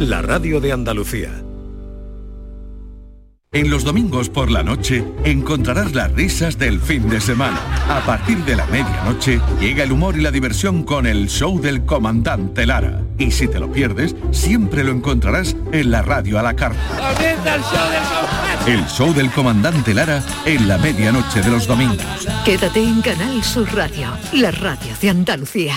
la radio de Andalucía. En los domingos por la noche encontrarás las risas del fin de semana. A partir de la medianoche llega el humor y la diversión con el show del comandante Lara. Y si te lo pierdes, siempre lo encontrarás en la radio a la carta. Comienza el show del El show del comandante Lara en la medianoche de los domingos. Quédate en Canal Sur Radio, la radio de Andalucía.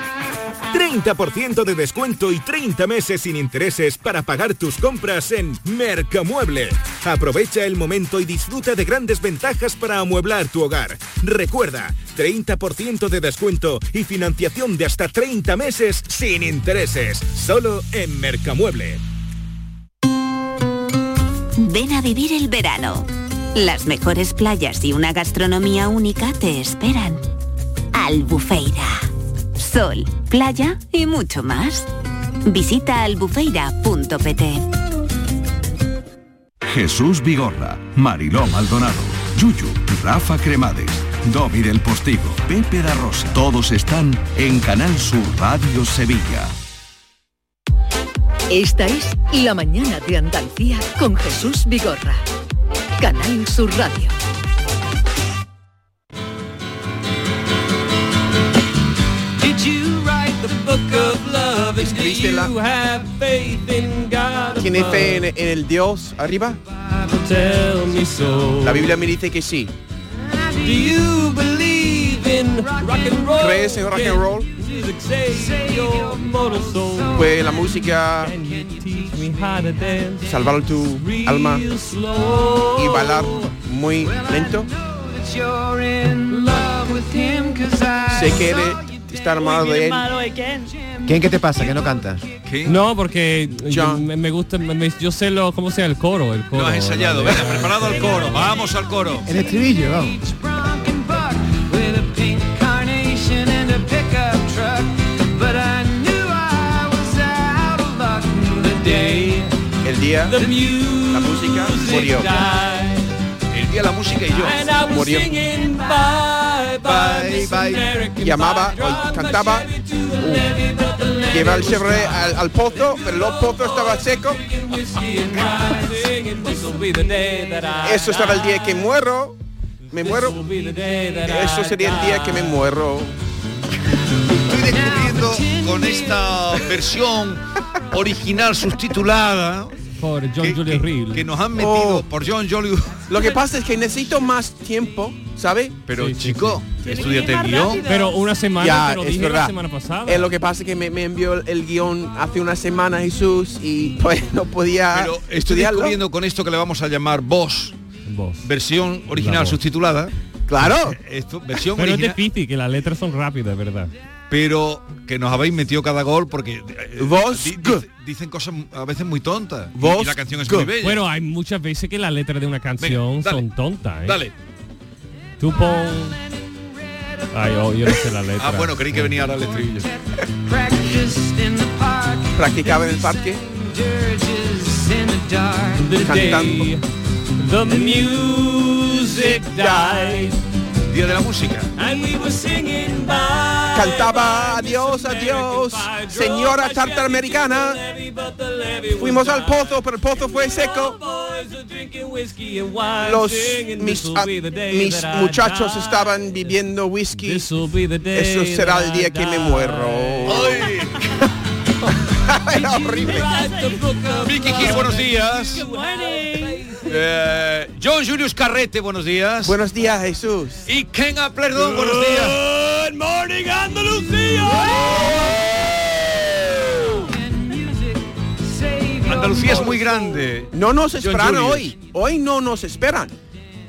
30% de descuento y 30 meses sin intereses para pagar tus compras en Mercamueble. Aprovecha el momento y disfruta de grandes ventajas para amueblar tu hogar. Recuerda, 30% de descuento y financiación de hasta 30 meses sin intereses, solo en Mercamueble. Ven a vivir el verano. Las mejores playas y una gastronomía única te esperan. Albufeira. Sol, playa y mucho más. Visita albufeira.pt. Jesús Vigorra, Mariló Maldonado, Yuyu, Rafa Cremades, Domi del Postigo, Pepe da Rosa. Todos están en Canal Sur Radio Sevilla. Esta es La mañana de Andalucía con Jesús Vigorra. Canal Sur Radio. Did you write the book of love and do you have faith in God ¿Tiene above? fe en, en el Dios arriba? La Biblia me dice que sí. Do you believe in rock and roll? ¿Crees en rock and roll? Can music save your mortal soul? Pues la música Teach me how to dance salvar tu alma real slow. y bailar muy lento. That you're in love with him 'cause I Sé que eres, estar amado de él. ¿Quién qué te pasa? ¿Que no cantas? No, porque yo, me, me gusta, me- me- yo sé lo, cómo sea el coro, el coro. Lo has ensayado, la de- venga, preparado al coro, vamos al coro. El estribillo, vamos. with a pink carnation and a pickup truck. But I knew I was out of luck the day El día, la música murió. El día la música y and I yo was murió. singing bye bye, Bye, Miss bye. American Llamaba, Pie. o cantaba, uh, lleva el Chevrolet al, al pozo, pero los pozos estaban secos. Eso estaba el Ah. día que muero, me muero. Eso sería el día que me muero. Estoy descubriendo con esta versión original subtitulada Por John Julius Reed. que nos han metido Oh. por John Julius. Lo que pasa es que necesito más tiempo, ¿sabe? Pero chico, estudiate el guión. Pero una semana, Ya, te lo es dije verdad. la semana pasada. Eh, lo que pasa es que me, me envió el, el guión hace una semana Jesús y pues no podía Pero estoy estudiarlo. descubriendo con esto que le vamos a llamar voz, Voz. versión original voz. subtitulada. Claro. Esto, versión Pero es original, difícil, que las letras son rápidas, ¿verdad? pero que nos habéis metido cada gol porque eh, Voz, di- g. dice- dicen cosas a veces muy tontas. Y- Voz, y la canción es g. muy bella. Bueno, hay muchas veces que las letras de una canción dale. son tontas, ¿eh? Dale. Tú pon... Ay, oh, yo no sé la letra. Ah, bueno, creí que venía ahora el estribillo. practiced in the park Practicaba en el parque dirges in the dark the cantando. day the music died Día de la música. and we were singing bye Cantaba adiós, adiós, señora tarta americana. Fuimos al pozo, pero el pozo fue seco. Los mis, ah, mis muchachos estaban viviendo whisky. Eso será el día que me muero. Era horrible. Vicky Gil, buenos días. Eh, John Julius Carrete, buenos días. Buenos días, Jesús. Y Ken Perdón, buenos días. Good morning, Andalucía. Andalucía es muy grande. No nos John esperan Julius. hoy. Hoy no nos esperan.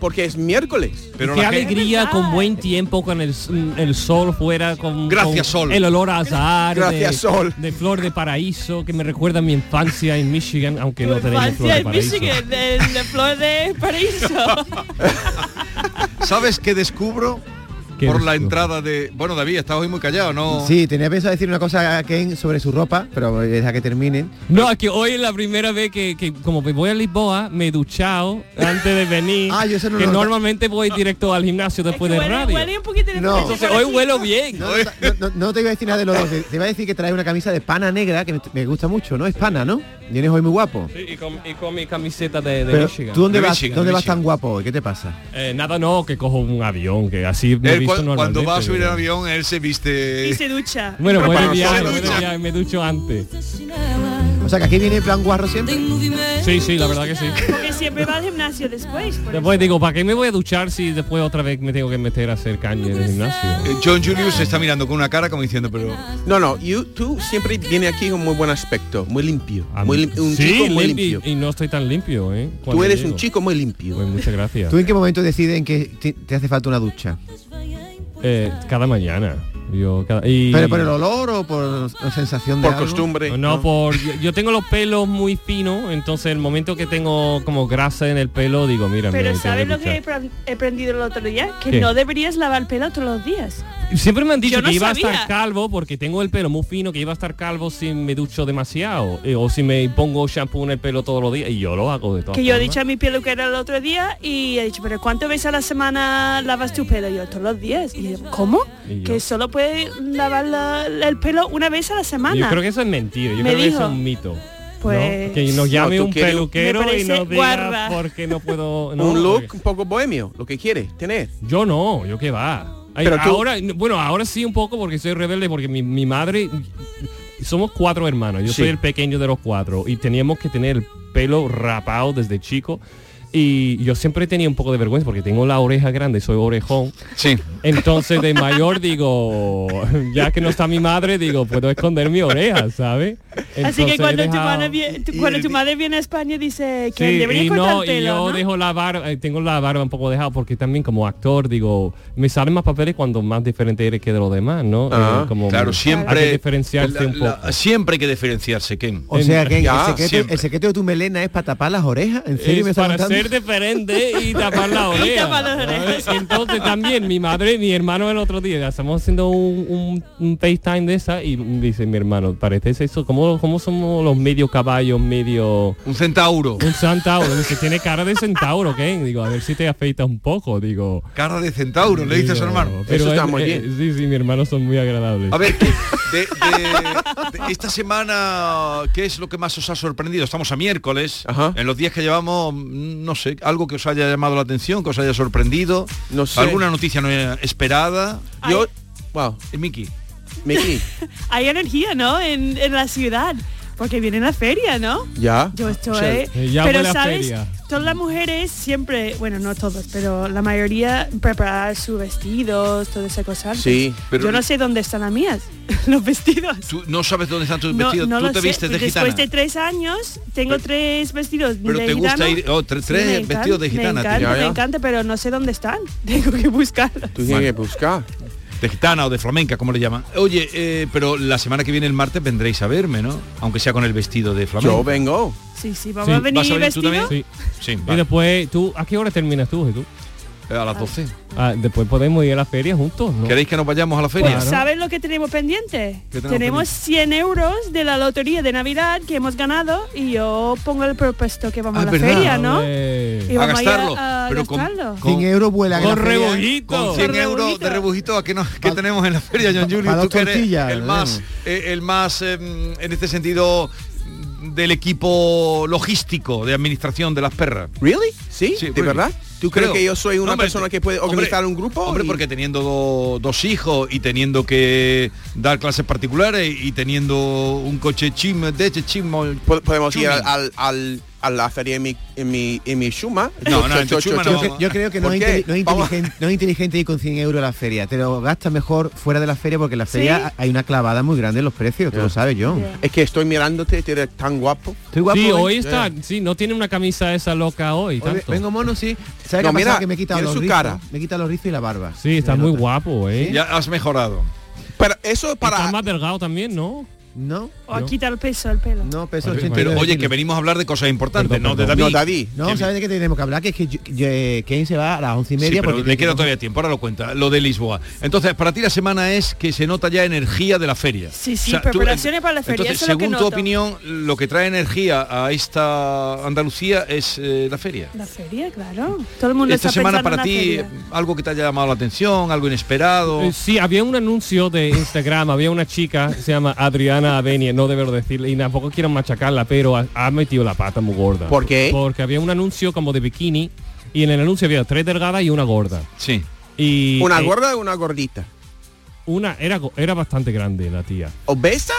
Porque es miércoles. Pero Qué alegría con buen tiempo, con el, s- mm, el sol fuera, con, Gracias, con sol. el olor a azahar, Gracias, de, sol. de flor de paraíso, que me recuerda a mi infancia en Michigan, aunque no tenemos flor Francia, de en paraíso. Michigan, en la flor de paraíso. ¿Sabes qué descubro? ¿Qué Por la descubro? entrada de... Bueno, David, estás hoy muy callado, ¿no? eh, Sí, tenía pensado decir una cosa a Ken sobre su ropa, pero deja que terminen. No, es que hoy es la primera vez que, que como me voy a Lisboa, me he duchado antes de venir. no que lo- normalmente voy directo al gimnasio después de radio. No. Entonces hoy huelo bien. No, no, no- no te iba a decir nada de los dos. Te, te iba a decir que traes una camisa de pana negra que me, me gusta mucho, ¿no? Es pana, ¿no? Vienes hoy muy guapo. Sí, y, con, y con mi camiseta de, de Pero, Michigan. ¿Tú dónde vas, dónde vas tan guapo hoy? ¿Qué te pasa? Eh, nada, no, que cojo un avión, que así Eh, me he Él, visto cua- cuando normalmente, eh, va a subir pero- al avión, él se viste... Y se ducha. Bueno, voy de Preparado, viaje, se voy de ducha. viaje, me ducho antes. O sea, que aquí viene en plan guarro siempre. Sí, sí, la verdad que sí. Porque siempre va al gimnasio después. por Después digo, ¿para qué me voy a duchar si después otra vez me tengo que meter a hacer caña en el gimnasio? Eh, John Julius se está mirando con una cara como diciendo, pero... No, no, you- tú siempre vienes aquí con muy buen aspecto, muy limpio. Ah, Muy lim- un Sí, chico muy lim- y- limpio. Y, no estoy tan limpio, ¿eh? Tú eres un chico muy limpio. muchas gracias. ¿Tú en qué momento decides en que te, te hace falta una ducha? Eh, cada mañana. Yo cada- y- ¿Pero por el olor o por la sensación de algo? No, por yo, yo tengo los pelos muy finos, entonces el momento que tengo como grasa en el pelo, digo, mira, me Pero tengo ¿sabes lo que duchar. he apren- he aprendido el otro día? Que ¿Qué? no deberías lavar el pelo todos los días. Siempre me han dicho Yo no que iba a sabía. estar calvo porque tengo el pelo muy fino, que iba a estar calvo si me ducho demasiado eh, o si me pongo shampoo en el pelo todos los días y yo lo hago de todas Que yo he formas. dicho a mi peluquera el otro día y he dicho, pero ¿cuántas veces a la semana lavas tu pelo? Y yo, todos los días. Y yo, ¿cómo? Y yo- Que solo puedes lavar la- el pelo una vez a la semana. Yo creo que eso es mentira, yo Me creo que eso dijo. es un mito. Pues- ¿no? Que nos No, llame tú un quieres- peluquero Me y parece nos diga guarra. por qué no puedo... no, un look porque- un poco bohemio, lo que quiere tener. Yo no, yo qué va. Ay, Pero tú- ahora, bueno, ahora sí un poco porque soy rebelde, porque mi, mi madre, somos cuatro hermanos, yo Sí. soy el pequeño de los cuatro y teníamos que tener el pelo rapado desde chico. Y yo siempre tenía un poco de vergüenza porque tengo la oreja grande, soy orejón. Sí. Entonces de mayor digo, ya que no está mi madre, digo, puedo esconder mi oreja, ¿sabes? Así que Entonces he cuando, tu, dejado- madre vie- tu- cuando tu madre viene a España dice que Sí, debería y cortar no, el y pelo, yo ¿no? dejo la barba, eh, tengo la barba un poco dejada porque también como actor digo, me salen más papeles cuando más diferente eres que de los demás, ¿no? Ah, Eh, como claro, hay que siempre... diferenciarse la- un poco. la- siempre hay que diferenciarse, Ken. O sea, que Ya, el, secreto, siempre. el secreto de tu melena es para tapar las orejas. ¿En serio Es me estás para contando? ser diferente y tapar la Y oreja. tapar las ¿sabes? Entonces también mi madre, mi hermano el otro día, estamos haciendo un, un, un FaceTime de esa y dice mi hermano, parece eso, ¿cómo, cómo somos los medio caballos, medio... Un centauro. Un centauro, dice, tiene cara de centauro, ¿qué? Digo, a ver si te afeitas un poco, digo... Cara de centauro, le dice a su hermano. Pero es- eh, sí, sí, mi hermano son muy agradables. A ver, ¿qué- de, de- de esta semana, ¿qué es lo que más os ha sorprendido? Estamos a miércoles. En los días que llevamos, mm, no sé, algo que os haya llamado la atención, que os haya sorprendido. No sé. ¿Alguna noticia no eh, esperada? Eh, Yo, wow. Miki. Miki, Hay energía, ¿no? En, en la ciudad. Porque viene la feria, ¿no? ya. Yo estoy... Sí. pero sabes, todas las mujeres siempre, bueno, no todas, pero la mayoría preparar sus vestidos, toda esa cosa. antes. Sí, pero- Yo no sé dónde están las mías, los vestidos. Tú no sabes dónde están tus No, vestidos. no Tú lo te sé. vistes de Después gitana. de tres años, tengo tres vestidos pero de te gusta gitano. ir- oh, tre- Sí, tres me encanta, vestidos de gitana, Me tío. encanta, Ya, ya. me encanta, pero no sé dónde están. Tengo que buscar. Tú tienes que buscar. De gitana o de flamenca, como le llaman. Oye, eh, pero la semana que viene, el martes, vendréis a verme, ¿no? Aunque sea con el vestido de flamenca. Yo vengo. Sí, sí, vamos Sí. a venir ¿Vas a venir tú vestido? Sí. también? Sí, Y vale. Eh, después, ¿tú a qué hora terminas tú, Jesús? A las 12. Ah, después podemos ir a la feria juntos, ¿no? ¿Queréis que nos vayamos a la Pues, feria? ¿sabes lo que tenemos pendiente? ¿Qué tenemos tenemos 100 euros de la lotería de Navidad que hemos ganado y yo pongo el propuesto que vamos a la feria, ¿no? Y vamos Ah, a a ir gastarlo. a- a pero eh, con, gastarlo. 100 euros vuela con gracia. Con 100 euros de rebujito ¿a qué, nos- qué tenemos en la feria, John Julio. pa' Tú dos que eres tortillas, el ¿no? más, eh, el más eh, en este sentido del equipo logístico de administración de las perras. ¿Really? ¿Sí? ¿De pues, verdad? ¿Tú crees creo. que yo soy una No, hombre, persona que puede hombre, organizar un grupo? Hombre, y- porque teniendo do- dos hijos y teniendo que dar clases particulares y teniendo un coche chim, de este chimo... Podemos ir al, al, a la feria en mi, en mi, en mi Shuma. No, no, en tu Shuma yo, cre- yo creo que no ¿Por es, qué? inteli- no es Vamos- inteligente, no es inteligente ir con 100 euros a la feria. Te lo gastas mejor fuera de la feria porque en la feria Sí. hay una clavada muy grande en los precios, tú lo sabes, John. Es que estoy mirándote, tú eres tan guapo. sí, ¿eh? hoy está, sí, no tiene una camisa esa loca hoy. Hoy tanto. vengo mono, sí. ¿Sabes No, qué ha mira, pasado? Que me he quitado mira los su rizos. cara. Me he quitado los rizos y la barba. Sí, está muy guapo, ¿eh? Ya has mejorado. Pero eso es para... Está más delgado también, ¿no? No. O quita el peso al pelo. No, peso Pero oye, que venimos a hablar de cosas importantes, no de David. No, ¿sabes de qué tenemos que hablar? Que es que yo- yo- eh, Kane se va a las once y Sí, media pero porque le tiene queda que- todavía tiempo, ahora lo cuenta, lo de Lisboa. Entonces, para ti la semana es que se nota ya energía de la feria. Sí, sí, O sea, tú- preparaciones para la feria, Entonces, eso es lo que según tu noto. opinión, lo que trae energía a esta Andalucía es eh, la feria. La feria, claro. Todo el mundo Esta está pensando semana en para la ti, feria. algo que te haya llamado la atención, algo inesperado. Eh, Sí, había un anuncio de Instagram, había una chica, se llama Adriana Avenia, no debo decirle, y tampoco quiero machacarla, pero ha, ha metido la pata muy gorda. ¿Por qué? Porque había un anuncio como de bikini, y en el anuncio había tres delgadas y una gorda. Sí. Y, ¿Una eh, gorda o una gordita? Una, era, go- era bastante grande la tía. ¿Obesa?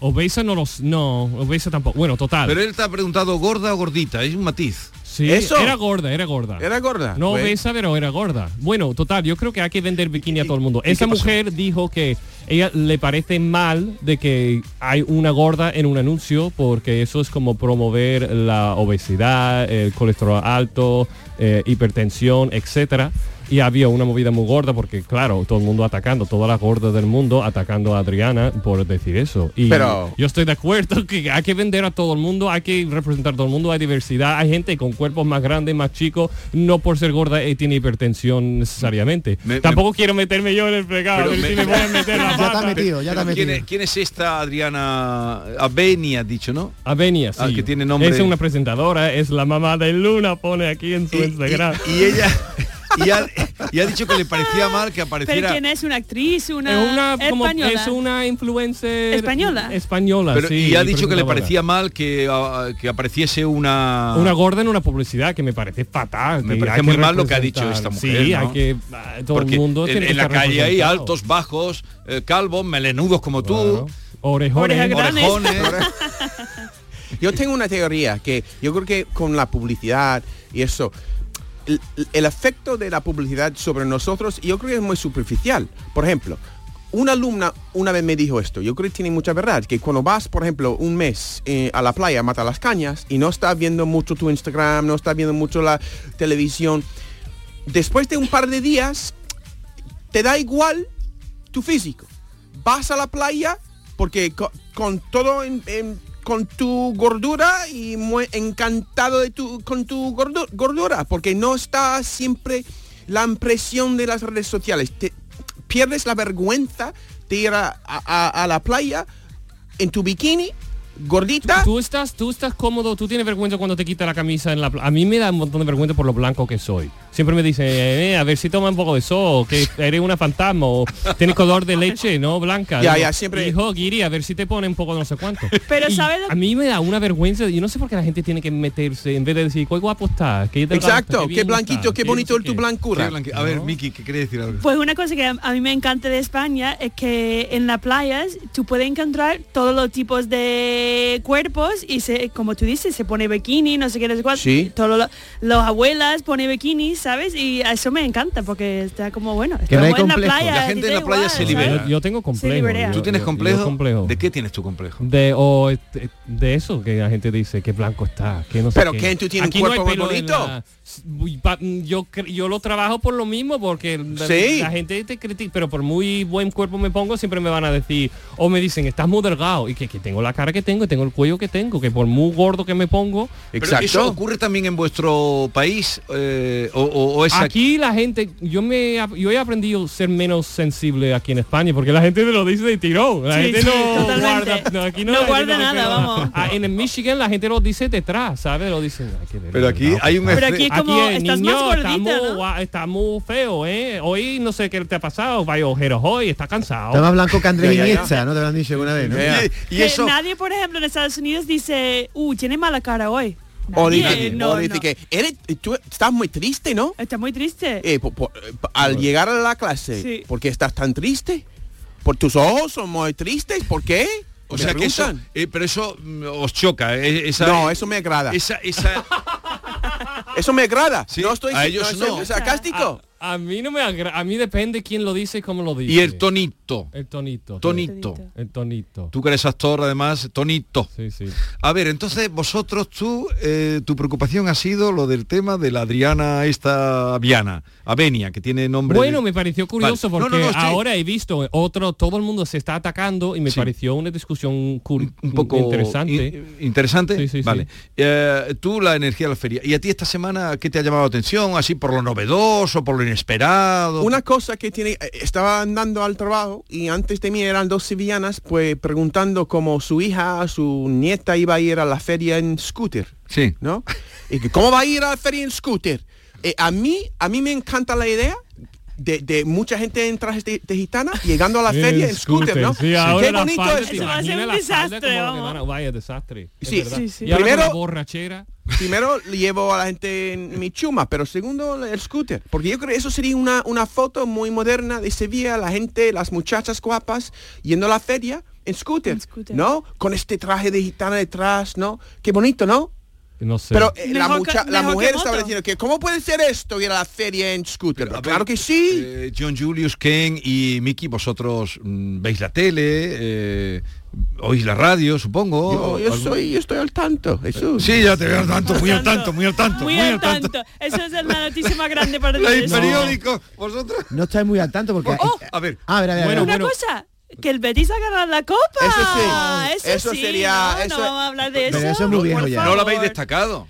Obesa no los... No, obesa tampoco. Bueno, total. Pero él te ha preguntado gorda o gordita, es un matiz. Sí, era gorda, era gorda. Era gorda. No Pues- obesa, pero era gorda. Bueno, total, yo creo que hay que vender bikini a todo el mundo. y Esa qué pasó? mujer dijo que ella le parece mal de que hay una gorda en un anuncio porque eso es como promover la obesidad, el colesterol alto, eh, hipertensión, etcétera. Y había una movida muy gorda porque, claro, todo el mundo atacando, todas las gordas del mundo atacando a Adriana por decir eso. Y Pero- yo estoy de acuerdo que hay que vender a todo el mundo, hay que representar a todo el mundo, hay diversidad, hay gente con cuerpos más grandes, más chicos, no por ser gorda eh, tiene hipertensión necesariamente. Tampoco quiero meterme yo en el pegado, Pero si me- me voy a meter la Ya te has pata. metido, ya te has ¿Quién metido. es, quién es esta Adriana Avenia, dicho, no? Avenia, Ah, sí. que tiene nombre. Es una presentadora, es la mamá de Luna, pone aquí en su Instagram. Y ella y ha, y ha dicho que le parecía mal que Pero apareciera. quién es una actriz, una, Es una- como- española. es una influencer española. española, Pero- sí, y ha dicho que le presentadora. parecía mal que, ah, que apareciese una. Una gorda en una publicidad que me parece fatal. Me que parece hay que muy mal lo que ha dicho esta representar. mujer. Sí, ¿no? hay que... ah, Todo Porque el mundo en, tiene que en la estar calle hay representado. altos, bajos, eh, calvos, melenudos como tú. Orejones. Yo tengo una teoría que yo creo que con la publicidad y eso, el, el efecto de la publicidad sobre nosotros yo creo que es muy superficial. Por ejemplo, una alumna una vez me dijo esto, yo creo que tiene mucha verdad, que cuando vas, por ejemplo, un mes eh, a la playa a matar las cañas y no estás viendo mucho tu Instagram, no estás viendo mucho la televisión, después de un par de días te da igual tu físico. Vas a la playa porque co- con, todo en- en- con tu gordura y muy encantado de tu con tu gordu- gordura porque no está siempre la impresión de las redes sociales. Te- pierdes la vergüenza de ir a, a- a- a la playa en tu bikini gordita. Tú estás, tú estás cómodo, tú tienes vergüenza cuando te quita la camisa en la pla- A mí me da un montón de vergüenza por lo blanco que soy. Siempre me dicen, eh, a ver si toma un poco de sol, que eres una fantasma, o tienes color de leche, no blanca. Ya, Digo, ya, siempre- Hijo, Guiri, a ver si te pone un poco de no sé cuánto. Pero Y ¿sabes lo- A mí me da una vergüenza, yo no sé por qué la gente tiene que meterse, en vez de decir, qué guapo está, qué delgado está, Exacto, qué bien blanquito, está, qué qué bonito no sé tu qué". blancura. A ver, Miki, ¿qué quiere decir algo? Pues una cosa que a a mí me encanta de España es que en las playas tú puedes encontrar todos los tipos de cuerpos y se, como tú dices, se pone bikini, no sé qué, no sé cuál. Sí. Todos los, los abuelas pone bikini, ¿sabes? Y eso me encanta porque está como, bueno, estamos en la playa. La a ti gente te en la da playa igual, se ¿sabes? libera. Yo, yo tengo complejo. libera. yo- ¿Tú tienes yo- yo complejo? complejo. ¿De qué tienes tu complejo? De, o este, de eso que la gente dice que blanco está, que no sé Pero, qué. Ken, tú tienes un Aquí no hay cuerpo muy pelo en bonito. la- Uy, pa- yo, cre- yo lo trabajo por lo mismo porque la, Sí. la gente te critica, pero por muy buen cuerpo me pongo siempre me van a decir o me dicen estás muy delgado y que, que tengo la cara que tengo, y tengo el cuello que tengo, que por muy gordo que me pongo. Pero ¿Eso ocurre también en vuestro país eh, o, o- o es aquí? Aquí la gente, yo me yo he aprendido a ser menos sensible aquí en España, porque la gente me lo dice de tirón. La Sí, gente sí, no totalmente. guarda, no, aquí no, No la gente guarda no- nada, no. vamos. Ah, en el Michigan la gente lo dice detrás, ¿sabes? Lo dicen. Pero aquí hay un Este- Pero exce- aquí es como, estás niño, más está gordita, muy gua- está muy feo, ¿eh? Hoy no sé qué te ha pasado, vaya ojeros hoy, está cansado. Está más blanco que Andrés Ya, ya, ya. Iniesta, ¿no? Te lo han dicho alguna vez, ¿no? Que nadie, por ejemplo, en Estados Unidos dice, uh, tiene mala cara hoy. O Nadie, dice, o dice que eres, tú estás muy triste, ¿no? Está muy triste. Eh, po- po- eh, pa- al llegar a la clase, Sí. ¿por qué estás tan triste? ¿Por tus ojos son muy tristes? ¿Por qué? O sea que eso, eh, pero eso mm, os choca. eh, esa- No, eso me agrada. Esa, esa, Eso me agrada. no estoy a ellos estoy no. sarcástico. A, a mí no me agra- a mí depende quién lo dice y cómo lo dice. y el tonito. El tonito. Tonito. El tonito. Tú que eres actor, además, tonito. Sí, sí. A ver, entonces vosotros, tú, eh, tu preocupación ha sido lo del tema de la Adriana esta Viana, Avenia, que tiene nombre. Bueno, de- me pareció curioso Vale. No, no, porque no, estoy- ahora he visto otro, todo el mundo se está atacando y me Sí. pareció una discusión cur- un poco interesante. in- interesante. Sí, sí, sí. vale. Eh, tú la energía de la feria. ¿Y a ti esta semana qué te ha llamado la atención? Así por lo novedoso, por lo inesperado. Una cosa que tiene, eh, estaba andando al trabajo y antes de mí eran dos sevillanas pues preguntando cómo su hija, su nieta iba a ir a la feria en scooter. Sí. ¿No? Y que, ¿Cómo va a ir a la feria en scooter? Eh, a mí, a mí me encanta la idea. De, de mucha gente en trajes de, de gitana llegando a la En feria en scooter, ¿no? sí, ahora Qué la bonito falda, esto. ¿te imaginas la falda como lo que van a- Vaya desastre. es Sí, verdad. sí, sí. Y ahora con Primero- la borrachera. Primero le llevo a la gente en mi chuma, pero segundo el scooter. Porque yo creo que eso sería una, una foto muy moderna de Sevilla, la gente, las muchachas guapas, yendo a la feria en scooter, ¿no? Con este traje de gitana detrás, ¿no? Qué bonito, ¿no? No sé. Pero eh, la, Mejor que- mucha- la mejor que mujer estaba moto. diciendo que ¿cómo puede ser esto ir a la feria en scooter? A ver, claro que sí. eh, John Julius, Ken y Mickey, vosotros mm, veis la tele, eh, oís la radio, supongo. Eh, Yo, yo soy, yo estoy al tanto, Jesús. Sí, ya te veo al tanto, muy al tanto, muy al tanto. Muy al tanto. Eso es la noticia más grande para Leí nosotros. periódico. Vosotros. No estáis muy al tanto porque... A ver. Ah, a ver, a ver, a ver. Oh, Una cosa, que el Betis ha ganado la copa. Eso sí. Eso, Eso sí, sería- No, eso- no vamos a hablar de eso. muy No, No lo habéis destacado.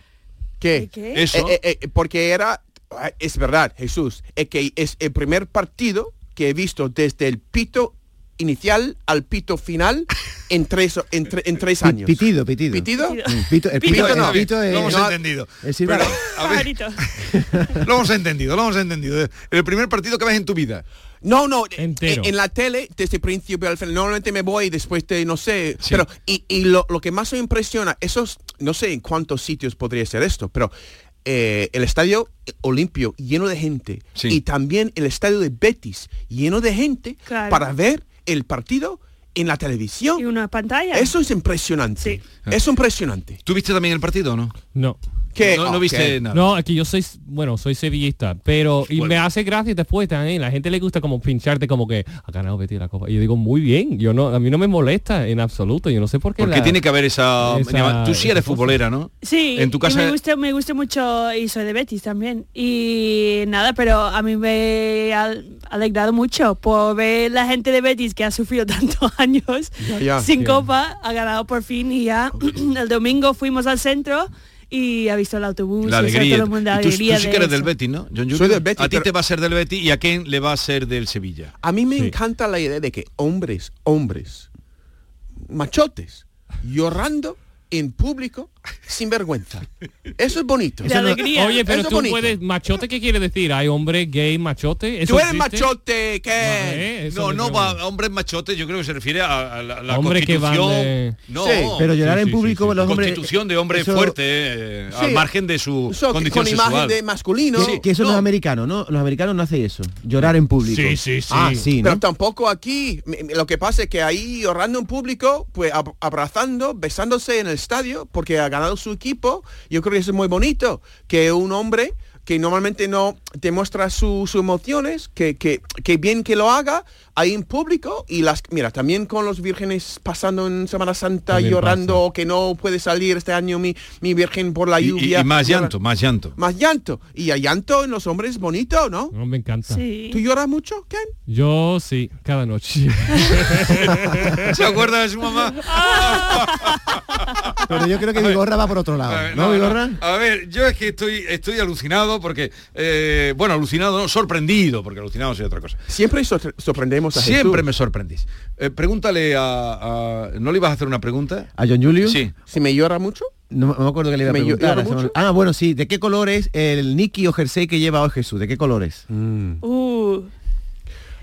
¿Qué? qué? Eso. Eh, eh, eh, porque era, ah, es verdad, Jesús, es que es el primer partido que he visto desde el pito inicial al pito final en tres, en tre- en tres años. Pitido, pitido. ¿Pitido? Mm, pito- el pito, el pito es- Lo hemos no, entendido. el silbato. A ver, lo hemos entendido, lo hemos entendido. El primer partido que ves en tu vida. No, no, en, en la tele, desde el principio al final, normalmente me voy después de, no sé, pero, y, y lo, lo que más me impresiona, esos, no sé en cuántos sitios podría ser esto, pero eh, el estadio Olimpio lleno de gente, y también el estadio de Betis lleno de gente Claro. para ver el partido en la televisión. Y una pantalla. Eso es impresionante. Es impresionante. ¿Tuviste Ah. también el partido o no? No. ¿Qué? Eh, No, no Oh, viste ¿qué? nada. No, aquí yo soy, bueno, soy sevillista, pero y me Bueno. hace gracia después también. La gente le gusta como pincharte como que ha ganado Betis la copa. Y yo digo, muy bien, yo no, a mí no me molesta en absoluto. Yo no sé por qué. Porque la- tiene que haber esa, esa- Tú sí eres esa cosa. futbolera, ¿no? Sí, En tu y casa- me gusta, me gusta mucho y soy de Betis también. Y nada, pero a mí me ha alegrado mucho por ver la gente de Betis que ha sufrido tantos años Ya, ya. sin Ya. copa, ha ganado por fin y ya el domingo fuimos al centro y ha visto el autobús, La y está alegría. todo el mundo Y tú, tú sí alegría que de eres del eso. Betis, ¿no? John Soy Julio? del Betis, A ti pero- te va a ser del Betis y a Ken le va a ser del Sevilla. A mí me encanta la idea de que hombres, hombres, machotes, llorando en público sin vergüenza. Eso es bonito. Eso no- Oye, pero Eso es tú bonito. puedes machote qué quiere decir? Hay hombre gay machote. ¿Eso Tú eres existe? machote, eh, ¿qué? eso No, me no, pregunto. va, hombre machote, yo creo que se refiere a, a la, a la Hombre que van constitución. de- No, Sí, pero llorar en público los hombres- Constitución de hombre eso- fuerte, eh, al Sí. margen de su Eso, condición con sexual. imagen de masculino. Que, que eso no es americano, ¿no? Los americanos no hacen eso. Llorar en público. Sí, sí, sí. Ah, sí, Pero ¿no? tampoco aquí. Me- me- Lo que pasa es que ahí llorando en público, pues ab- abrazando, besándose en el estadio, porque ha ganado su equipo, yo creo que eso es muy bonito. Que un hombre que normalmente no demuestra su- sus emociones, que, que, que bien que lo haga ahí en público y las mira también con los vírgenes pasando en Semana Santa También llorando o que no puede salir este año mi, mi virgen por la Y- y, lluvia y más Llora- llanto, más llanto. más llanto y a llanto en los hombres es bonito no No me encanta. tú lloras mucho Ken Yo sí, cada noche. ¿Se acuerda de su mamá? Pero yo creo que Vigorra va por otro lado. ¿No, no, Vigorra? no. A ver, yo es que estoy, estoy alucinado porque, eh, bueno, alucinado, no, sorprendido, porque alucinado soy otra cosa. Siempre sor- sorprendemos a Siempre Jesús. me sorprendís. Eh, pregúntale a, a- ¿No le ibas a hacer una pregunta? ¿A John Julius? Sí. Si me llora mucho. No, me- no me acuerdo que le iba a ¿Me llora preguntar. mucho? Ah, bueno, sí. ¿De qué color es el Nicky o jersey que lleva hoy Jesús? ¿De qué colores? Mm. Uh,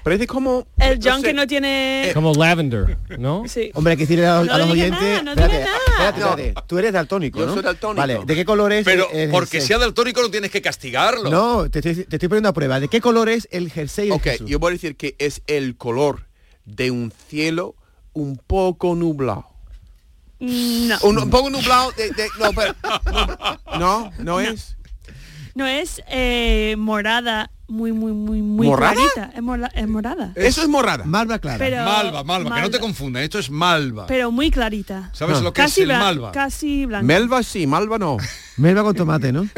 Parece como... Eh, el John que no tiene... Como lavender, ¿no? Sí. Hombre, hay que decirle a, No a digas los oyentes... nada, no espérate, digas espérate, nada. espérate. Tú eres daltónico, Yo ¿no? soy daltónico. Vale, ¿de qué color es Pero el- el porque jersey? sea daltónico no tienes que castigarlo. No, te estoy, te estoy poniendo a prueba. ¿De qué color es el jersey de Ok, Jesús? yo voy a decir que es el color de un cielo un poco nublado. No. Un, un poco nublado. de- de- no, pero- no, no, es. No es eh, morada, muy, muy, muy, muy ¿Morada? clarita. Es, morla- es morada. Eso es morada. Malva clara. Pero- malva, malva, que no te malva. confundan, esto es malva. Pero muy clarita. ¿Sabes Ah. lo que Casi es el blan- malva? Casi blanca. Melva sí, Malva no. Melva con tomate, ¿no?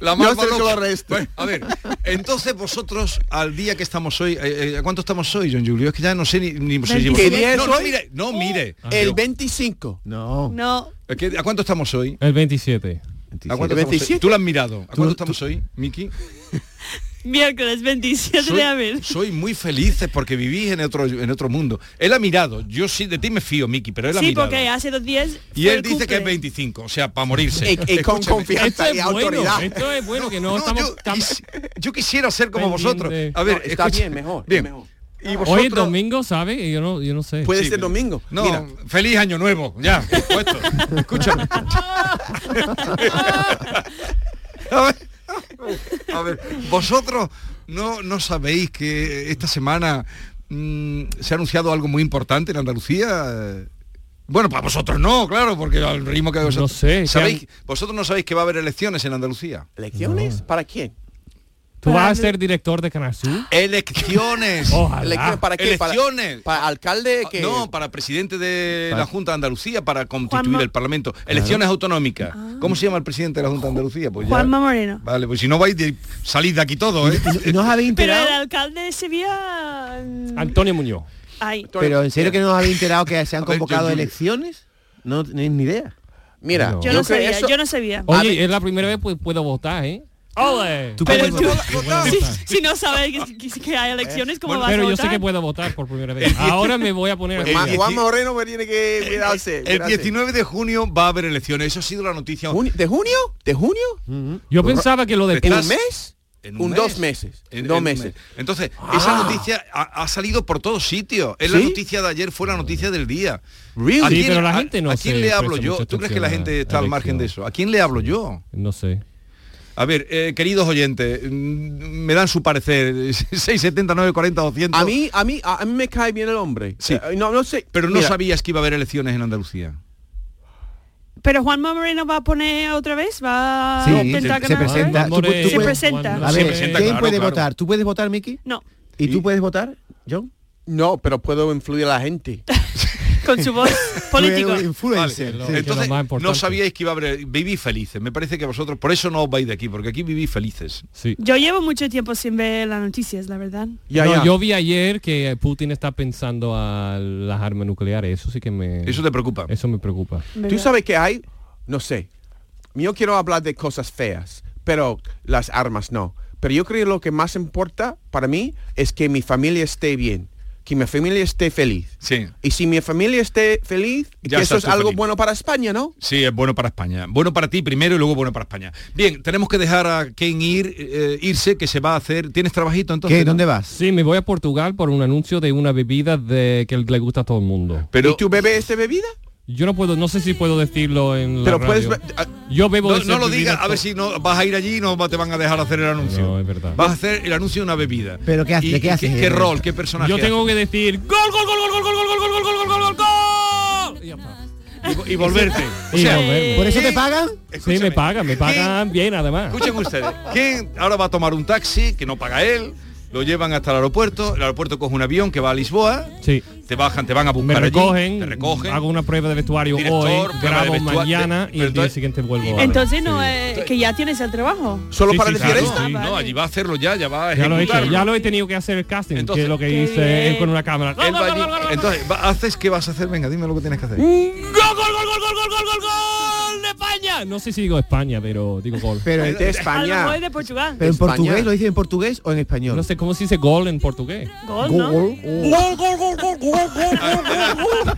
La No malva sé cómo este. Bueno, a ver, entonces vosotros al día que estamos hoy, eh, eh, ¿a cuánto estamos hoy, John Julio? Es que ya no sé ni, ni si ¿Qué vosotros- día es no, no, hoy? mire, no mire. El 25. No. Oh. No. ¿A qué- ¿A cuánto estamos hoy? El 27. ¿A cuánto estamos hoy? 27. Tú lo has mirado. ¿A cuánto estamos hoy, Miki? Miércoles 27 Soy, de abril. soy muy feliz porque vivís en otro, en otro mundo. Él ha mirado. Yo sí, de ti me fío, Miki, pero él ha Sí, mirado. porque hace dos días. Y fue él el dice que es cumple. 25, o sea, para morirse. Y- y con confianza Esto es y bueno, autoridad. ¿eh? esto es bueno, que no estamos... Yo, quis- yo quisiera ser como vosotros. A ver, No, está escucha- bien, mejor, Bien. mejor. Y Hoy es vosotros... domingo, ¿sabe? Yo no, yo no sé. Puede ser domingo. No, Mira. feliz año nuevo, ya, por supuesto. Escúchame. a, ver, a ver, vosotros no, no sabéis que esta semana mm, se ha anunciado algo muy importante en Andalucía. Bueno, para vosotros no, claro, porque al ritmo que vosotros... No sé, que ¿sabéis, han- Vosotros no sabéis que va a haber elecciones en Andalucía. ¿Elecciones? ¿Para quién? ¿Tú vas a ser director de Canal Sur? Elecciones. Elecciones, ¿Para qué? Para- Elecciones. Ah, Para, alcalde que... No, para presidente de Para- la Junta de Andalucía, para constituir Juanma- el Parlamento. Elecciones autonómicas. ¿Cómo se llama el presidente de la Junta de Andalucía? Pues ya- Ah. Juanma Moreno. Vale, pues si no vais, de- salid de aquí todo, ¿eh? ¿No os habéis Pero enterado? el alcalde de Sevilla. mm, Antonio Muñoz. Ay. Pero en serio que no os habéis enterado que se han convocado yo- elecciones? No tenéis ni idea. Mira, Yo no sabía, yo no sabía. Oye, es la primera vez que puedo votar, ¿eh? ¡Ole! Tú Pero puedes tú- votar. Si, si no sabes que, que- que hay elecciones, ¿cómo vas a Pero yo votar? sé que puedo votar por primera vez. Ahora me voy a poner Pues al Ma- día. Juan Moreno me tiene que cuidarse. Eh, El 19 de junio va a haber elecciones. Eso ha sido la noticia. ¿De junio? ¿De junio? Yo pensaba que lo de ¿En un mes? En un dos meses. En- dos en un meses. mes. Entonces, Ah. esa noticia ha, ha salido por todos sitios. Es la ¿Sí? noticia de ayer, fue la noticia del día. Really? ¿A Sí, quién, pero la a- gente no ¿a quién se le hablo presta yo? mucha ¿Tú crees que la atención gente a está al margen de eso? ¿A quién le hablo yo? No sé. A ver, eh, queridos oyentes, mm, me dan su parecer. 670, 940, 200. A mí, a mí, a a mí me cae bien el hombre. Sí. Eh, No, no sé. Pero no Mira, sabías que iba a haber elecciones en Andalucía. Pero Juanma Moreno va a poner otra vez, va Sí, a intentar se- Se ganar otra vez? presenta. tú pu- tú se puedes- presenta. A Se ver, presenta, ¿quién claro, puede claro. votar? ¿Tú puedes votar, Miki? No, ¿Y tú puedes votar, John? No, pero puedo influir a la gente. con su voz política. Influencer. Vale. sí. Entonces, más no importante. sabíais que iba a haber... Vivís felices. Me parece que vosotros... Por eso no os vais de aquí, porque aquí vivís felices. Sí. Yo llevo mucho tiempo sin ver las noticias, la verdad. No, Yo vi ayer que Putin está pensando a las armas nucleares. Eso sí que me... Eso te preocupa. Eso me preocupa. Tú sabes que hay, no sé, yo quiero hablar de cosas feas, pero las armas no. Pero yo creo que lo que más importa para mí es que mi familia esté bien, que mi familia esté feliz. Sí. Y si mi familia esté feliz, Ya que eso es estás tú algo feliz. bueno para España, ¿no? Sí, es bueno para España. Bueno para ti primero y luego bueno para España. Bien, tenemos que dejar a Ken ir, eh, irse, que se va a hacer. ¿Tienes trabajito entonces? ¿Qué? ¿Dónde vas? Sí, me voy a Portugal por un anuncio de una bebida de que le gusta a todo el mundo. Pero, ¿Y tú bebes esta bebida? Yo no puedo, no sé si puedo decirlo en la Pero radio. puedes... ah, Yo bebo no, esas no lo bebidas digas, a ver si no vas a ir allí y no va- te van a dejar hacer el anuncio. No, es verdad. Vas a hacer el anuncio de una bebida. ¿Pero qué hace- ¿Y qué haces? ¿Qué, rol? ¿Qué personaje? Yo tengo que decir gol, gol, gol, gol, gol, gol, gol, gol, gol, gol, gol, gol, gol. Y ya está. haces? Y, y volverte. O Y sea, volverme. ¿Por eso te pagan? Sí, me pagan, me pagan bien además. escuchen ustedes. Ken ahora va a tomar un taxi que no paga él. Lo llevan hasta el aeropuerto. El aeropuerto coge un avión que va a Lisboa. Sí. Te bajan, te van a Me buscar allí, recogen, te recogen. hago una prueba de vestuario Director, hoy, prueba de grabo vestua- mañana de- y el día perdón. siguiente vuelvo. a- Entonces no es que ya tienes el trabajo. ¿Solo Sí, para sí, decir claro. esto? Sí. No, allí va a hacerlo ya, ya va a Ya lo he hecho, ejecutarlo. ya lo he tenido que hacer el casting, que Entonces- es lo que Qué hice bien. con una cámara. Él va allí. Entonces, va- ¿haces qué vas a hacer? Venga, dime lo que tienes que hacer. ¡Gol, gol, gol, gol, gol, gol, gol, gol, gol de España! No sé si digo España, pero digo gol. Pero, De A lo mejor España. es de Portugal. ¿Pero en España. portugués? ¿Lo dice en portugués o en español? oh. No sé cómo se dice gol en portugués. Gol, ¿no?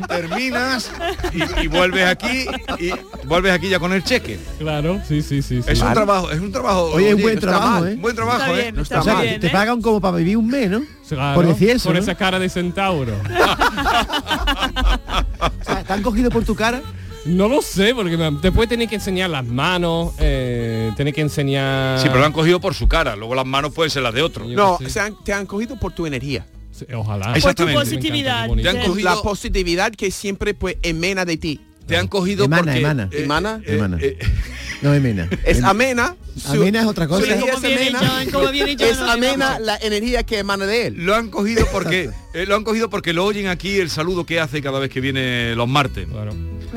Terminas y, y vuelves aquí y vuelves aquí ya con el cheque. Claro, sí, sí, sí. sí. Es un Vale. trabajo, es un trabajo. Oye, es un buen Oh, no está trabajo, mal, ¿eh? Buen trabajo, Está ¿eh? bien, No O está sea, bien, que te ¿eh? pagan como para vivir un mes, ¿no? Claro, por decir eso, por ¿no? esa cara de centauro. O sea, ¿Te han cogido por tu cara? No lo sé, porque me- después tenés que enseñar las manos, eh, tenés que enseñar... Sí, pero lo han cogido por su cara. Luego las manos pueden ser las de otro. Yo No, qué sé. se han- te han cogido por tu energía. Sí, Ojalá. Me Te encanta, han qué bonito. cogido- La positividad que siempre pues emana de ti. Te han cogido Emana, porque- emana. emana. Hermana. eh, No es mena. Es amena. su- Amena es otra su cosa. energía es amena. Es amena la energía que emana de él. Lo han cogido porque eh, lo han cogido porque lo oyen aquí el saludo que hace cada vez que viene los martes.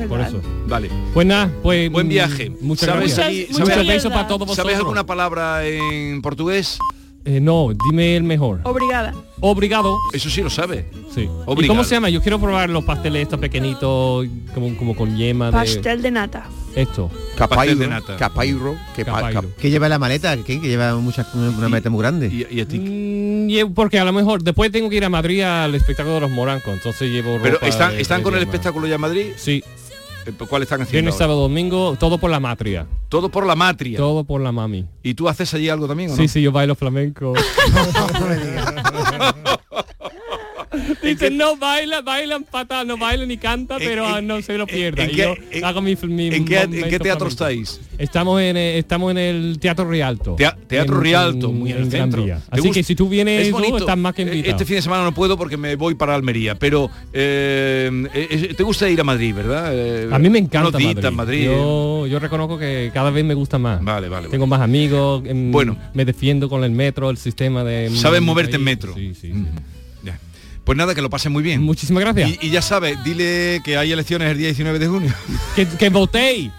por eso. Vale. Pues nada, pues... Buen mm, viaje. Muchas ¿Sabes gracias. allí- Muchas sabes- besos para todos ¿Sabes vosotros. alguna palabra en portugués? Eh, no, dime el mejor. Obrigada. Obrigado. Eso sí lo sabe. Sí. ¿Y Obrigado. cómo se llama? Yo quiero probar los pasteles estos pequeñitos, como, como con yema de... Pastel de nata. Esto. Pastel de nata. Capairo. Que, pa- cap- Que lleva la maleta, que, que lleva muchas, una maleta muy grande. ¿Y, a ti? Mm, llevo- porque a lo mejor después tengo que ir a Madrid al espectáculo de los morancos, entonces llevo Pero ropa están, de- están de con el yema. espectáculo ya en Madrid. Sí. ¿Cuál están haciendo? Viernes, ahora? sábado, domingo, todo por la matria. Todo por la matria. Todo por la mami. ¿Y tú haces allí algo también? ¿o Sí, no? sí, yo bailo flamenco. Dicen, no baila, bailan patas, no bailan ni canta, pero ah, no se lo pierda. en Y qué- yo hago mi, mi Eh, ¿En qué, en qué momento teatro flamenco. estáis? Estamos en, eh, estamos en el Teatro Rialto. Tea- Teatro En- Rialto, muy en el Gran centro. Vía. ¿Te Así que gusta? si tú vienes, Es tú bonito. estás más que Eh, invitado. Este fin de semana no puedo porque me voy para Almería, pero eh, eh, eh, te gusta ir a Madrid, ¿verdad? Eh, a mí me encanta unos días Madrid. en Madrid. Yo, yo reconozco que cada vez me gusta más. Vale, vale. Tengo más amigos. em, Bueno. Me defiendo con el metro, el sistema de... eh, Sabes moverte en país. metro. Mm. Ya. Pues nada, que lo pases muy bien. Muchísimas gracias. Y, y ya sabes, dile que hay elecciones el día 19 de junio. Que, que votéis.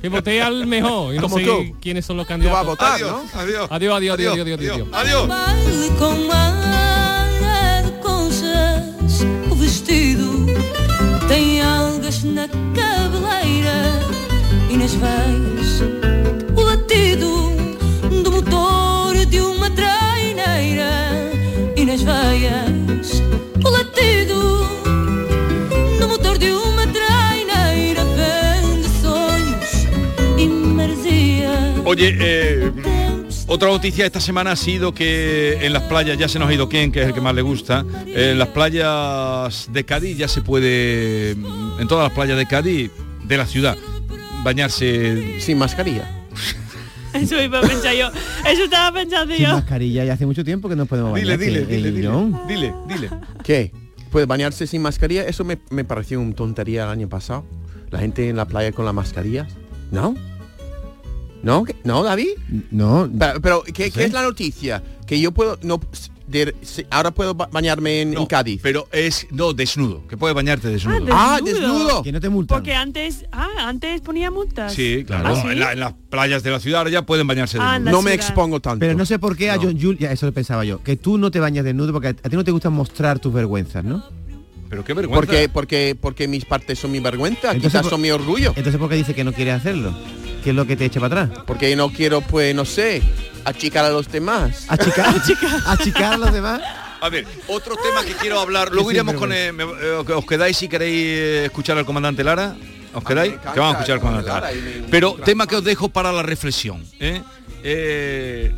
Que votéis al mejor. Y no Como sé tú. quiénes son los candidatos. vas a votar, Adiós, ¿no? adiós. Adiós, adiós, adiós, adiós, adiós, adiós. Adiós. Baile com ar de conchas, o vestido tem algas na cabeleira e nas veias o latido do motor de uma treineira e nas veias o latido do motor de uma treineira vende sonhos e marzia. Oye, eh, otra noticia esta semana ha sido que en las playas, ya se nos ha ido quién, que es el que más le gusta, en las playas de Cádiz ya se puede, mm, en todas las playas de Cádiz, de la ciudad, bañarse... Sin mascarilla. Eso iba a pensar yo. Eso estaba pensando Sin yo. mascarilla, ya hace mucho tiempo que no podemos bañar. que- eh, John. dile, dile. ¿Qué? ¿Puede bañarse sin mascarilla? Eso me, me pareció una tontería el año pasado. La gente en la playa con las mascarillas. ¿No? ¿No? ¿Qué- ¿No, David? No, Pero, pero, ¿qué, qué es la noticia? Que yo puedo... no de- si- Ahora puedo ba- bañarme en, en Cádiz. Pero es... No, desnudo, que puedes bañarte desnudo. Ah, desnudo. Que no te multan. Porque antes, ah, antes ponía multas. Sí, claro. ¿Ah, sí? En, la- en las playas de la ciudad ahora ya pueden bañarse Ah, desnudo. en la No me ciudad. expongo tanto. Pero no sé por qué a John Jules, ya eso lo pensaba yo, que tú no te bañas desnudo porque a a ti no te gusta mostrar tus vergüenzas, ¿no? Pero qué vergüenza. Porque, porque, porque mis partes son mi vergüenza, Entonces, quizás por- son mi orgullo. Entonces, ¿por qué dice que no quiere hacerlo? ¿Qué es lo que te echa para atrás? Porque no quiero, pues, no sé, achicar a los demás. Achicar, achicar a los demás. A ver, otro tema que quiero hablar. Luego Qué iremos con... eh, me- eh, ¿Os quedáis si queréis eh, escuchar al comandante Lara? ¿Os quedáis? Ah, encanta Que vamos a escuchar el al comandante Lara. comandante Lara y me- Pero tema que os dejo para la reflexión. ¿eh? Eh,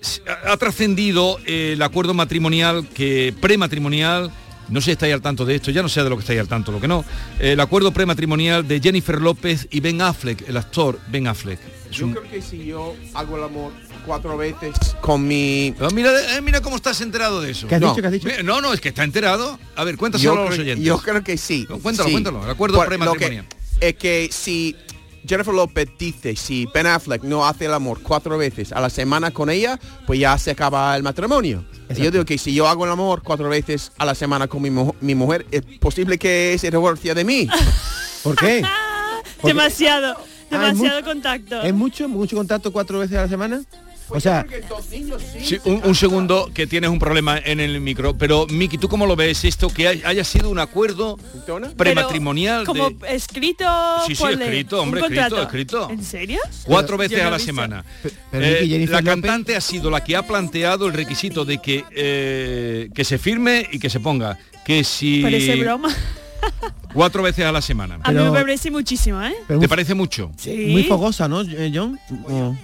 s- ha ha trascendido eh, el acuerdo matrimonial que prematrimonial no sé si estáis al tanto de esto, ya no sé de lo que estáis al tanto, lo que no. El acuerdo prematrimonial de Jennifer López y Ben Affleck, el actor Ben Affleck. Es un- creo que si yo hago el amor cuatro veces con mi... mira, eh, mira cómo estás enterado de eso. ¿Qué has no. dicho? ¿Qué has Mira, No, no, es que está enterado. A ver, cuéntaselo Yo a los creo- oyentes. Yo creo que sí. No, cuéntalo, sí. cuéntalo, el acuerdo Por- lo prematrimonial. que- Es que si Jennifer López dice, si Ben Affleck no hace el amor cuatro veces a la semana con ella, pues ya se acaba el matrimonio. Yo digo que si yo hago el amor cuatro veces a la semana con mi, mu- mi mujer, es posible que se divorcie de mí. ¿Por qué? Demasiado, Ah, es mu- demasiado contacto. ¿Es mucho? ¿Mucho contacto cuatro veces a la semana? O Pues sea, Sí, un, un segundo, que tienes un problema en el micro. Pero, Miki, ¿tú cómo lo ves esto? Que hay- haya sido un acuerdo prematrimonial Como de escrito. Sí, sí, ponle, escrito, un hombre, escrito, contrato. escrito. ¿En serio? cuatro Yo veces no a he la visto. semana. pero Eh, Miki, Jennifer la cantante ha sido la que ha planteado el requisito de que, eh, que se firme y que se ponga. Que si... Parece broma. Cuatro veces a la semana. A mí me parece muchísimo, ¿eh? ¿Te parece mucho? Sí. Pues muy fogosa, ¿no, eh, John? O-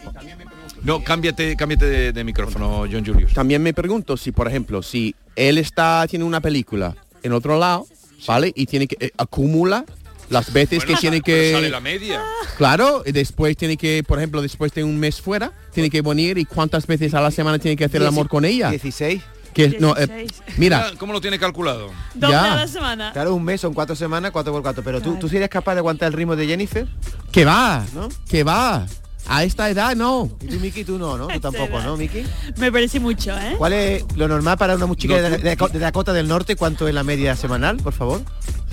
No, cámbiate, cámbiate de, de micrófono, John Julius. También me pregunto si, por ejemplo, si él está haciendo una película en otro lado, ¿vale? Y tiene que eh, acumula las veces Bueno, que tiene sale- que pero sale la media. Ah. Claro, y después tiene que, por ejemplo, después de un mes fuera, tiene que venir y cuántas veces a la semana tiene que hacer el amor con ella. 16. Que, no, eh, mira, ¿Cómo lo tiene calculado? ya. Claro, un mes, son cuatro semanas, cuatro por cuatro. Pero tú, tú serías capaz de aguantar el ritmo de Jennifer. Que va, ¿No? que va. A esta edad no. Y tú, Miki, tú no, ¿no? Tú tampoco, ¿no, Miki? Este Me parece mucho, ¿eh? ¿Cuál es lo normal para una chica No, de, tú- de- de Dakota del Norte? ¿Cuánto es la media semanal, por favor?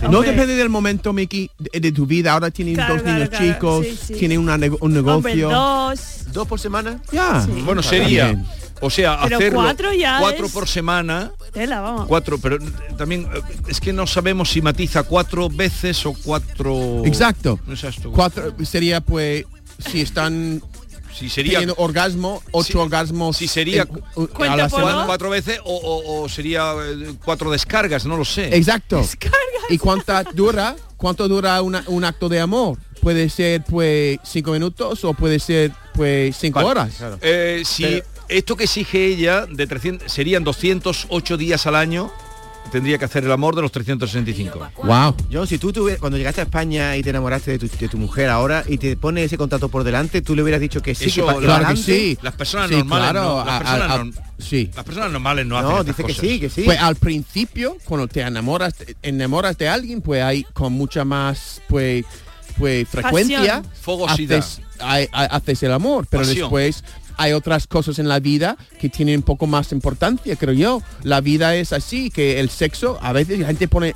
No depende del momento, Mickey, de, de tu vida. Ahora tienen Claro, dos claro, niños claro. chicos, Sí, sí. tienen una nego- un Hombre, negocio. dos. ¿Dos por semana? Ya. Sí. Bueno, Está sería. bien. O sea, Pero hacerlo cuatro ya cuatro es- por semana. Tela, vamos. Cuatro, pero eh, también eh, es que no sabemos si matiza cuatro veces o cuatro. Exacto. Exacto. Cuatro sería pues si están Si sería- teniendo orgasmo, ocho orgasmos. Si sería a la semana. cuatro veces o, o- o sería eh, cuatro descargas, no lo sé. Exacto. ¿Y cuánta dura? ¿Cuánto dura una- un acto de amor? Puede ser pues cinco minutos o puede ser pues cinco Vale. horas. Eh, si Pero- esto que exige ella de 300 serían 208 días al año, tendría que hacer el amor de los 365. Wow. Yo, si tú tuve- cuando llegaste a España y te enamoraste de tu, de tu mujer ahora y te pone ese contrato por delante, tú le hubieras dicho que sí, Eso, que pa- que claro pa'lante? que sí. Las personas Sí, normales, claro, no, a- las, personas a- a- norm- sí. las personas normales no hacen No, estas dice que cosas. sí, que sí. Pues al principio, cuando te enamoras, te enamoras de alguien, pues hay con mucha más pues, pues frecuencia. Pasión. Fogosidad. Haces, hay- hay- haces el amor, pero Pasión. después hay otras cosas en la vida que tienen un poco más importancia, creo yo. La vida es así, que el sexo, a veces la gente pone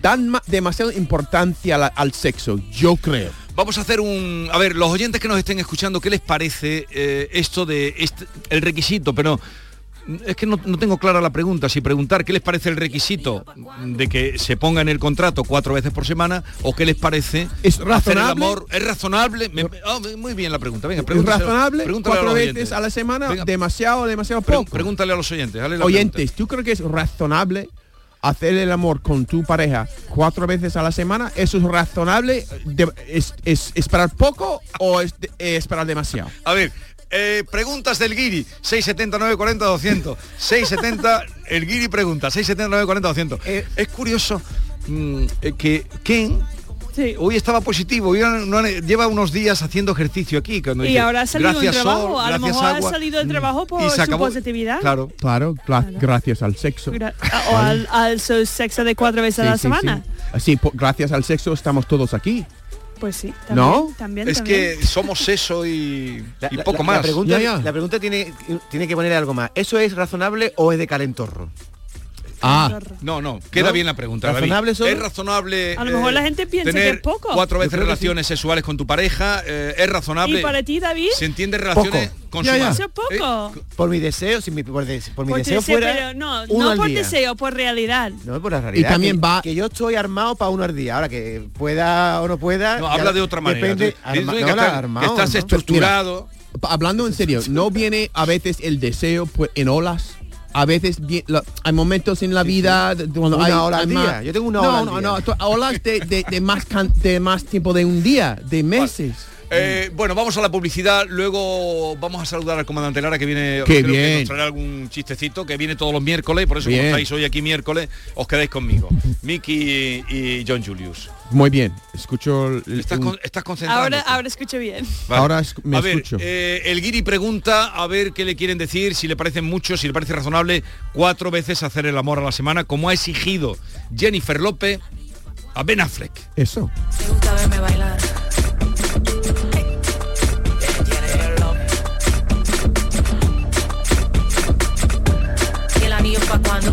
dan ma- demasiada importancia a la- al sexo, yo creo. Vamos a hacer un... A ver, los oyentes que nos estén escuchando, ¿qué les parece eh, esto de... este- el requisito, pero... mm, Es que no, no tengo clara la pregunta, si preguntar qué les parece el requisito mm, de que se ponga en el contrato cuatro veces por semana o qué les parece ¿Es hacer el razonable? amor. ¿Es razonable? Me- oh, muy bien la pregunta, venga, ¿Es pregúntaselo- razonable? pregúntale a ¿Cuatro los veces oyentes. a la semana? Venga, ¿Demasiado, demasiado pre- poco? pregúntale a los oyentes. dale la Oyentes, ¿tú crees que es razonable hacer el amor con tu pareja cuatro veces a la semana? ¿Eso es razonable? De- es, es- ¿Esperar poco o es, de- eh, esperar demasiado? A ver, eh, preguntas del Guiri, 670-940-200. 670, el Guiri pregunta, 670-940-200. Eh. es curioso mm, eh, que Ken... Hoy estaba positivo, hoy no- no- lleva unos días haciendo ejercicio aquí. Cuando Y dice, ahora ha salido del gracias trabajo, sol, a lo gracias mejor agua". Mm. ha salido del trabajo por Y se su acabó- positividad. Claro. Claro, gla- gracias al sexo. Gra- O al, al su sexo de cuatro veces a la Sí, sí, semana. sí. Así, po- gracias al sexo estamos todos aquí. Pues sí, también. ¿No? También, Es también. que somos eso y, y La- poco la- más. La pregunta, la pregunta tiene, tiene que poner algo más. ¿Eso es razonable o es de calentorro? Ah. No, no, queda ¿No? bien la pregunta. David. ¿Razonable solo? Es razonable. A lo mejor eh, la gente piensa que tener es poco. Cuatro Yo veces creo que relaciones sexuales con tu pareja. eh, es razonable. ¿Y para ti, David? Se entiende relaciones consumadas. Eso es poco. Eh, Por mi deseo, si mi, por, des- por mi Por deseo deseo, fuera. Pues pero no, uno no al por día. deseo, por realidad. No es por la realidad. también que- va- Que yo estoy armado para uno al día. Ahora que pueda o no pueda. No, ya habla de otra manera. Depende. Tú- arma- tú dices no, que la estás- armado, que estás ¿no? estructurado. Pa- Hablando en serio, ¿no viene a veces el deseo pues, en olas? A veces vi- lo- hay momentos en la vida de- cuando Una hay, hora al hay día. más- Yo tengo una no, hora al no, día. no, to- olas de, de- de más can- de más tiempo de un día, de meses. Eh, bueno, vamos a la publicidad, luego vamos a saludar al comandante Lara que viene Qué creo que bien. nos traerá algún chistecito, que viene todos los miércoles, por eso Bien. como estáis hoy aquí miércoles, os quedáis conmigo. Mickey y John Julius. Muy bien, escucho. el- el- Estás, un- con- estás concentrado. Ahora, ahora escucho bien. Vale. Ahora es- me a ver, escucho. eh, el Guiri pregunta a ver qué le quieren decir, si le parece mucho, si le parece razonable cuatro veces hacer el amor a la semana, como ha exigido Jennifer López a Ben Affleck. Eso. gusta verme bailar. ¿Y el anillo pa' cuándo?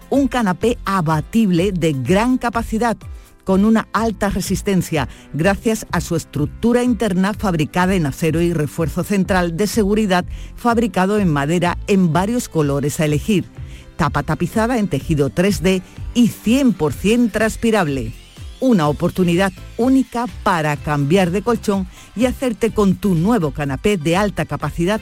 un canapé abatible de gran capacidad con una alta resistencia gracias a su estructura interna fabricada en acero y refuerzo central de seguridad fabricado en madera en varios colores a elegir, tapa tapizada en tejido 3D y 100% transpirable. Una oportunidad única para cambiar de colchón y hacerte con tu nuevo canapé de alta capacidad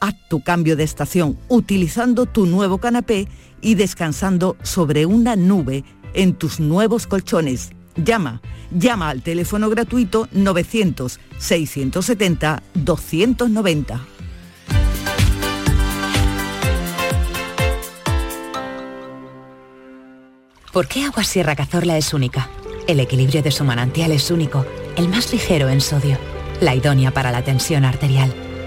Haz tu cambio de estación utilizando tu nuevo canapé y descansando sobre una nube en tus nuevos colchones. Llama, llama al teléfono gratuito 900-670-290. ¿Por qué Agua Sierra Cazorla es única? El equilibrio de su manantial es único, el más ligero en sodio, la idónea para la tensión arterial,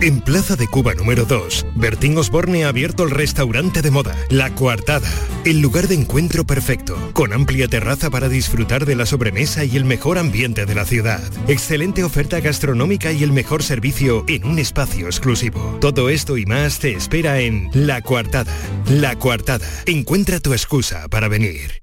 En Plaza de Cuba número 2, Bertín Osborne ha abierto el restaurante de moda, La Coartada, el lugar de encuentro perfecto, con amplia terraza para disfrutar de la sobremesa y el mejor ambiente de la ciudad. Excelente oferta gastronómica y el mejor servicio en un espacio exclusivo. Todo esto y más te espera en La Coartada. La Coartada, encuentra tu excusa para venir.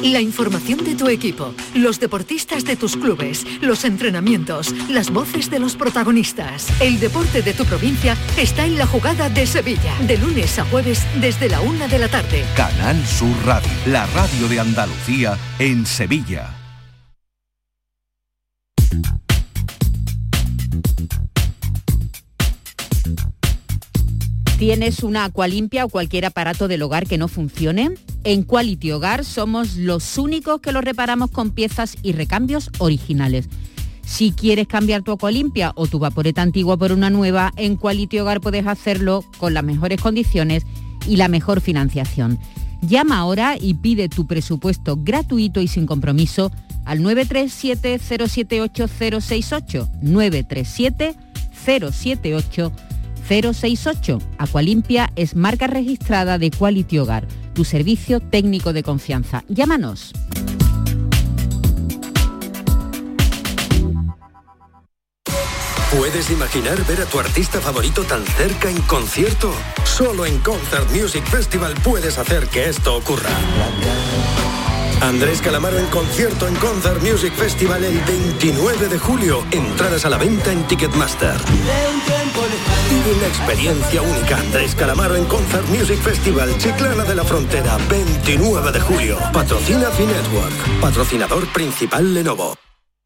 La información de tu equipo, los deportistas de tus clubes, los entrenamientos, las voces de los protagonistas. El deporte de tu provincia está en la jugada de Sevilla, de lunes a jueves desde la una de la tarde. Canal Sur Radio, la radio de Andalucía en Sevilla. ¿Tienes una agua limpia o cualquier aparato del hogar que no funcione? En Quality Hogar somos los únicos que lo reparamos con piezas y recambios originales. Si quieres cambiar tu agua limpia o tu vaporeta antigua por una nueva, en Quality Hogar puedes hacerlo con las mejores condiciones y la mejor financiación. Llama ahora y pide tu presupuesto gratuito y sin compromiso al 937 078068 937 078 068. Acualimpia es marca registrada de Quality Hogar, tu servicio técnico de confianza. Llámanos. ¿Puedes imaginar ver a tu artista favorito tan cerca en concierto? Solo en Concert Music Festival puedes hacer que esto ocurra. Andrés Calamaro en concierto en Concert Music Festival el 29 de julio. Entradas a la venta en Ticketmaster. Vive una experiencia única. Andrés Calamaro en Concert Music Festival Chiclana de la Frontera, 29 de julio. Patrocina Finetwork, patrocinador principal Lenovo.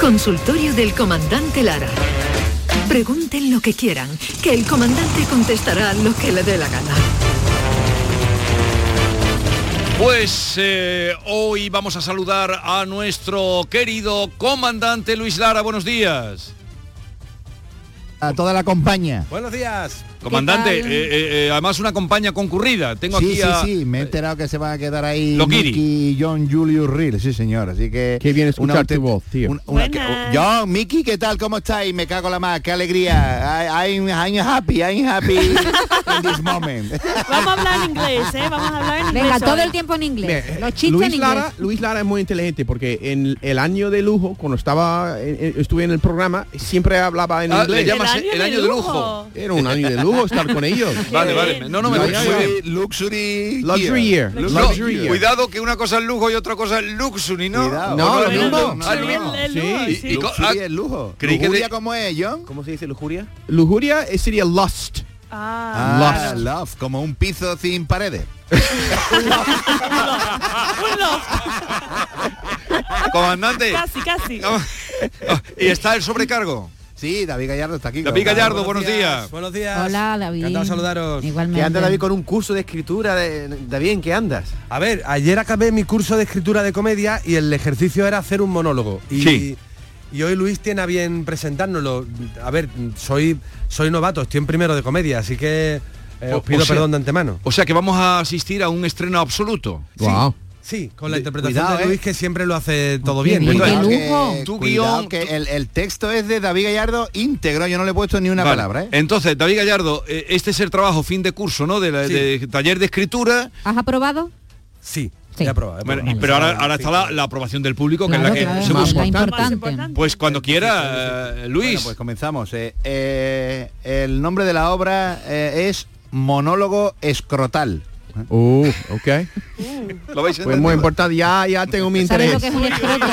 Consultorio del comandante Lara. Pregunten lo que quieran, que el comandante contestará lo que le dé la gana. Pues eh, hoy vamos a saludar a nuestro querido comandante Luis Lara. Buenos días. A toda la compañía. Buenos días. Comandante, ¿Qué tal? eh, eh, eh, además una compañía concurrida. Tengo sí, aquí sí, a... sí, me he enterado que se van a quedar ahí Loquiri. Mickey y John Julius Real, sí señor, así que... Qué bien escuchar tu voz, tío. John, Oh, Mickey, ¿qué tal? ¿Cómo estáis? Me cago en la más, qué alegría. I- I'm, I'm happy, I'm happy in this moment. Vamos a hablar en inglés, ¿eh? Vamos a hablar en inglés. Venga, todo hoy. el tiempo en inglés. Mira, eh, Los chistes en Luis inglés. Lara, Luis Lara es muy inteligente porque en el año de lujo, cuando estaba en- en- estuve en el programa, siempre hablaba en Ah, le inglés. llamas El año el de año de lujo. lujo. Era un año de lujo estar con ellos. Vale, vale. No, no, me parece muy bien. Luxury, Luxury year. No, Luxury year. Cuidado que una cosa es lujo y otra cosa es luxury, ¿no? No, lo mismo. Ah, lo mismo. Sí. Y- y co- ah, el lujo. creí que ¿Lujuria de- cómo es, John? ¿Cómo se dice lujuria? Lujuria eh, sería lust. Ah, Lost. love. como un piso sin paredes. Comandante. Casi, casi. ¿Y está el sobrecargo? Sí, David Gallardo está aquí. David Gallardo, buenos, días. Buenos días. Hola, David. Encantado de saludaros. Que anda David con un curso de escritura. De, David, ¿en qué andas? A ver, ayer acabé mi curso de escritura de comedia y el ejercicio era hacer un monólogo. Y, Sí. y hoy Luis tiene a bien presentárnoslo. A ver, soy, soy novato, estoy en primero de comedia, así que Pues, eh, O- os pido o sea- perdón de antemano. O sea que vamos a asistir a un estreno absoluto. Guau. Sí, con la interpretación cuidado, de eh. Luis que siempre lo hace todo bien. pues, Cuidado Entonces, que- cuidado que el, el texto es de David Gallardo íntegro, yo no le he puesto ni una Vale. palabra, ¿eh? Entonces, David Gallardo, eh, este es el trabajo fin de curso, ¿no? De, la- de taller de escritura. ¿Has aprobado? Sí, he aprobado, he Bueno, aprobado. y- pero ahora, ahora está la, la aprobación del público, que Claro, es la que claro, se más busca. importante. Pues cuando quiera, eh, Luis. Bueno, pues comenzamos. eh. Eh, el nombre de la obra eh, es Monólogo Escrotal. Uh, ok. Lo vais Pues muy importante, ya, ya tengo mi ¿Sabes lo interés. que es un escroto,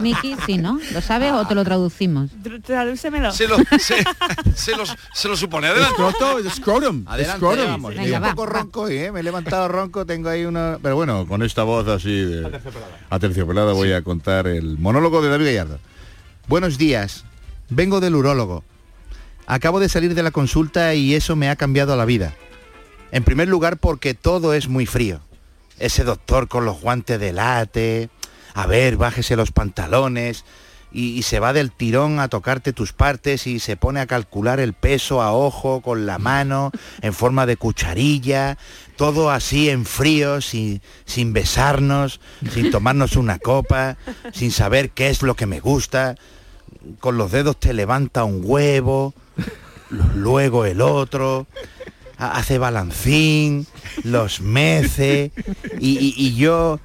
Miki? Sí, ¿no? ¿Lo sabes o te lo traducimos? Tradúcemelo. Se lo, se, se los- se lo supone. Adelante. Escroto, scrotum. Adelante, scrotum. vamos. Estoy un poco ronco hoy, ¿eh? Me he levantado ronco, tengo ahí una... Pero bueno, con esta voz así de... Aterciopelada voy a contar el monólogo de David Gallardo. Buenos días, vengo del urólogo. Acabo de salir de la consulta y eso me ha cambiado la vida. En primer lugar porque todo es muy frío. Ese doctor con los guantes de late, a ver, bájese los pantalones y, y se va del tirón a tocarte tus partes y se pone a calcular el peso a ojo con la mano en forma de cucharilla, todo así en frío, sin, sin besarnos, sin tomarnos una copa, sin saber qué es lo que me gusta con los dedos te levanta un huevo, lo- luego el otro, ha- hace balancín, los mece, y, y- y yo,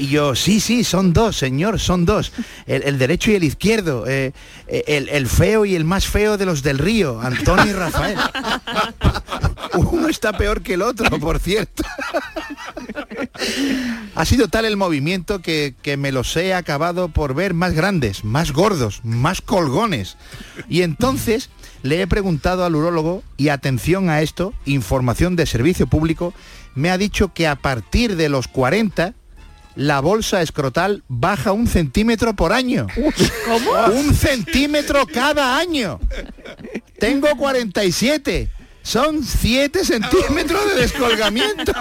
y yo, sí, sí, son dos, señor, son dos, el, el derecho y el izquierdo, eh, el, el feo y el más feo de los del río, Antonio y Rafael. Uno está peor que el otro, por cierto. Ha sido tal el movimiento que, que me los he acabado por ver más grandes, más gordos, más colgones. Y entonces le he preguntado al urólogo, y atención a esto, información de servicio público, me ha dicho que a partir de los 40 la bolsa escrotal baja un centímetro por año. ¿Cómo? Un centímetro cada año. Tengo 47. Son 7 centímetros de descolgamiento.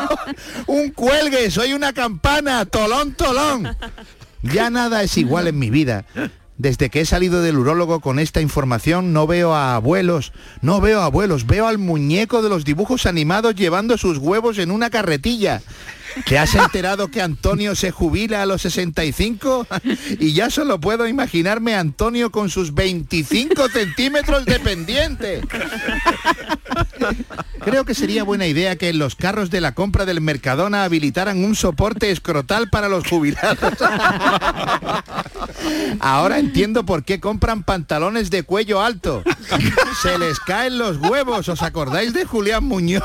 Un cuelgue, soy una campana, tolón, tolón. Ya nada es igual en mi vida. Desde que he salido del urólogo con esta información no veo a abuelos, no veo a abuelos, veo al muñeco de los dibujos animados llevando sus huevos en una carretilla. ¿Te has enterado que Antonio se jubila a los 65? Y ya solo puedo imaginarme a Antonio con sus 25 centímetros de pendiente. Creo que sería buena idea que en los carros de la compra del Mercadona habilitaran un soporte escrotal para los jubilados. Ahora entiendo por qué compran pantalones de cuello alto. Se les caen los huevos. ¿Os acordáis de Julián Muñoz?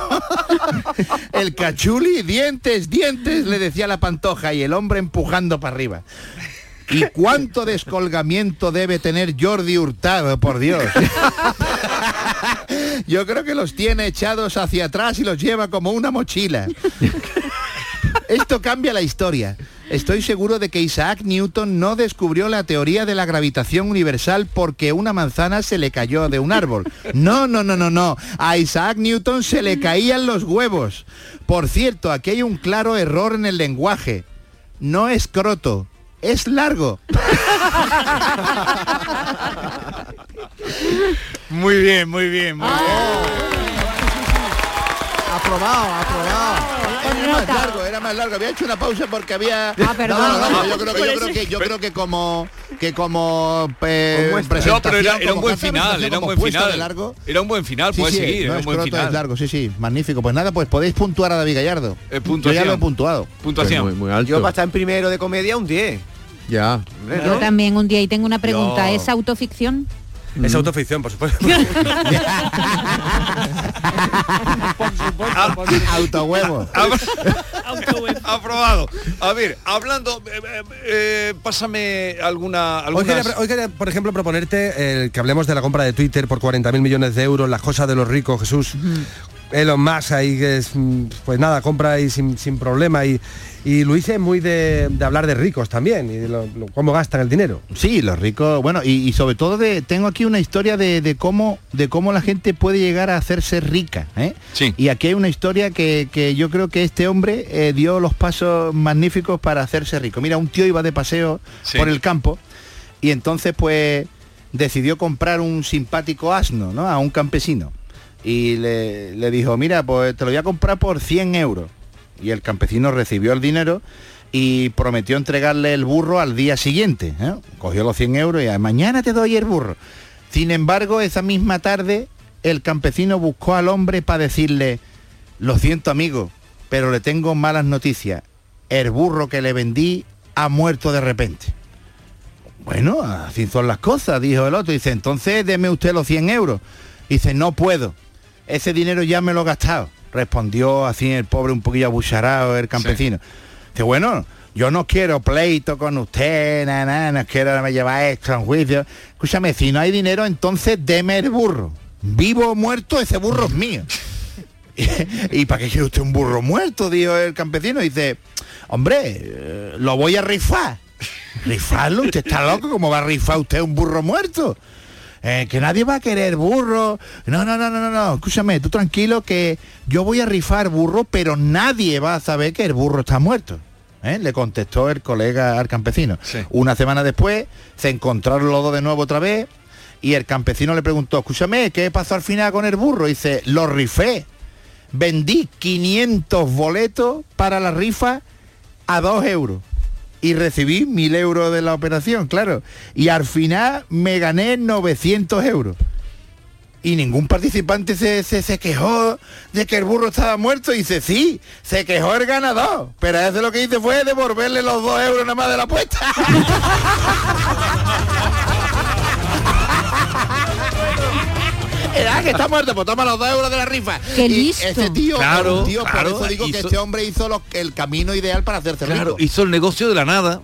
El cachuli, dientes, dientes, le decía la pantoja y el hombre empujando para arriba. ¿Y cuánto descolgamiento debe tener Jordi Hurtado, por Dios? Yo creo que los tiene echados hacia atrás y los lleva como una mochila. Esto cambia la historia. Estoy seguro de que Isaac Newton no descubrió la teoría de la gravitación universal porque una manzana se le cayó de un árbol. No, no, no, no, no. A Isaac Newton se le caían los huevos. Por cierto, aquí hay un claro error en el lenguaje. No es croto, es largo. Muy bien, muy bien. muy Aprobado, aprobado. Era más largo, era más largo. Había hecho una pausa porque había. Ah, perdón. yo creo que, yo creo que, yo creo que como que como eh, bien. No, pero era, presentación, era como un buen carta de final, presentación, era un como buen puesta final. de largo. Era un buen final, Sí, puede sí, seguir, no era un es buen croto, es final. largo, sí, sí, magnífico. Pues nada, pues podéis puntuar a David Gallardo. Yo ya Eh, puntuación. lo he puntuado. Puntuación. Pues muy- muy alto. Yo para estar en primero de comedia un 10. Ya. Yo también un día y tengo una pregunta, Yo- ¿es autoficción? Es autoficción, por supuesto. Ah, Autohuevo. Aprobado. A ver, hablando, eh, eh, eh, pásame alguna. Hoy quería, Algunas... hoy quería, por ejemplo, proponerte el que hablemos de la compra de Twitter por 40.000 millones de euros, las cosas de los ricos, Jesús. Elon Musk ahí, que es, mm, pues nada, compra ahí sin, sin problema. Y, y Luis es muy de, de hablar de ricos también y de lo- lo- cómo gastan el dinero. Sí, los ricos, bueno, y, y sobre todo de, tengo aquí una historia de, de cómo de cómo la gente puede llegar a hacerse rica. ¿eh? Y aquí hay una historia que, que yo creo que este hombre eh, dio los pasos magníficos para hacerse rico. Mira, un tío iba de paseo Sí. por el campo y entonces pues decidió comprar un simpático asno ¿no? a un campesino. Y le, le dijo, mira, pues te lo voy a comprar por 100 euros. Y el campesino recibió el dinero y prometió entregarle el burro al día siguiente. ¿eh? Cogió los 100 euros y "Ah, mañana te doy el burro. Sin embargo, esa misma tarde el campesino buscó al hombre para decirle, lo siento amigo, pero le tengo malas noticias. El burro que le vendí ha muerto de repente. Bueno, así son las cosas, dijo el otro. Dice, entonces deme usted los 100 euros. Dice, no puedo. Ese dinero ya me lo he gastado. Respondió así el pobre un poquillo abucharado el campesino. Dice, bueno, yo no quiero pleito con usted, nada, nada, no quiero me llevar esto en juicio. Escúchame, si no hay dinero, entonces deme el burro. Vivo o muerto, ese burro es mío. ¿Y para qué quiere usted un burro muerto? Dijo el campesino. Dice, hombre, eh, lo voy a rifar. ¿Rifarlo? ¿Usted está loco? ¿Cómo va a rifar usted un burro muerto? Eh, que nadie va a querer burro. No, no, no, no, no, no. Escúchame, tú tranquilo que yo voy a rifar burro, pero nadie va a saber que el burro está muerto. ¿eh? Le contestó el colega al campesino. Una semana después se encontraron los dos de nuevo otra vez y el campesino le preguntó, escúchame, ¿qué pasó al final con el burro? Y dice, lo rifé vendí 500 boletos para la rifa a 2 euros. Y recibí 1000 euros de la operación, claro. Y al final me gané 900 euros. Y ningún participante se, se- se quejó de que el burro estaba muerto. Y dice, sí, se quejó el ganador. Pero eso lo que hice fue devolverle los 2 euros nada más de la apuesta. Era que está muerto, pues toma los 2 euros de la rifa. Qué Y listo. Este tío, Claro, tío, claro, por eso digo que hizo- este hombre hizo lo- el camino ideal para hacerse rico. Claro, hizo el negocio de la nada.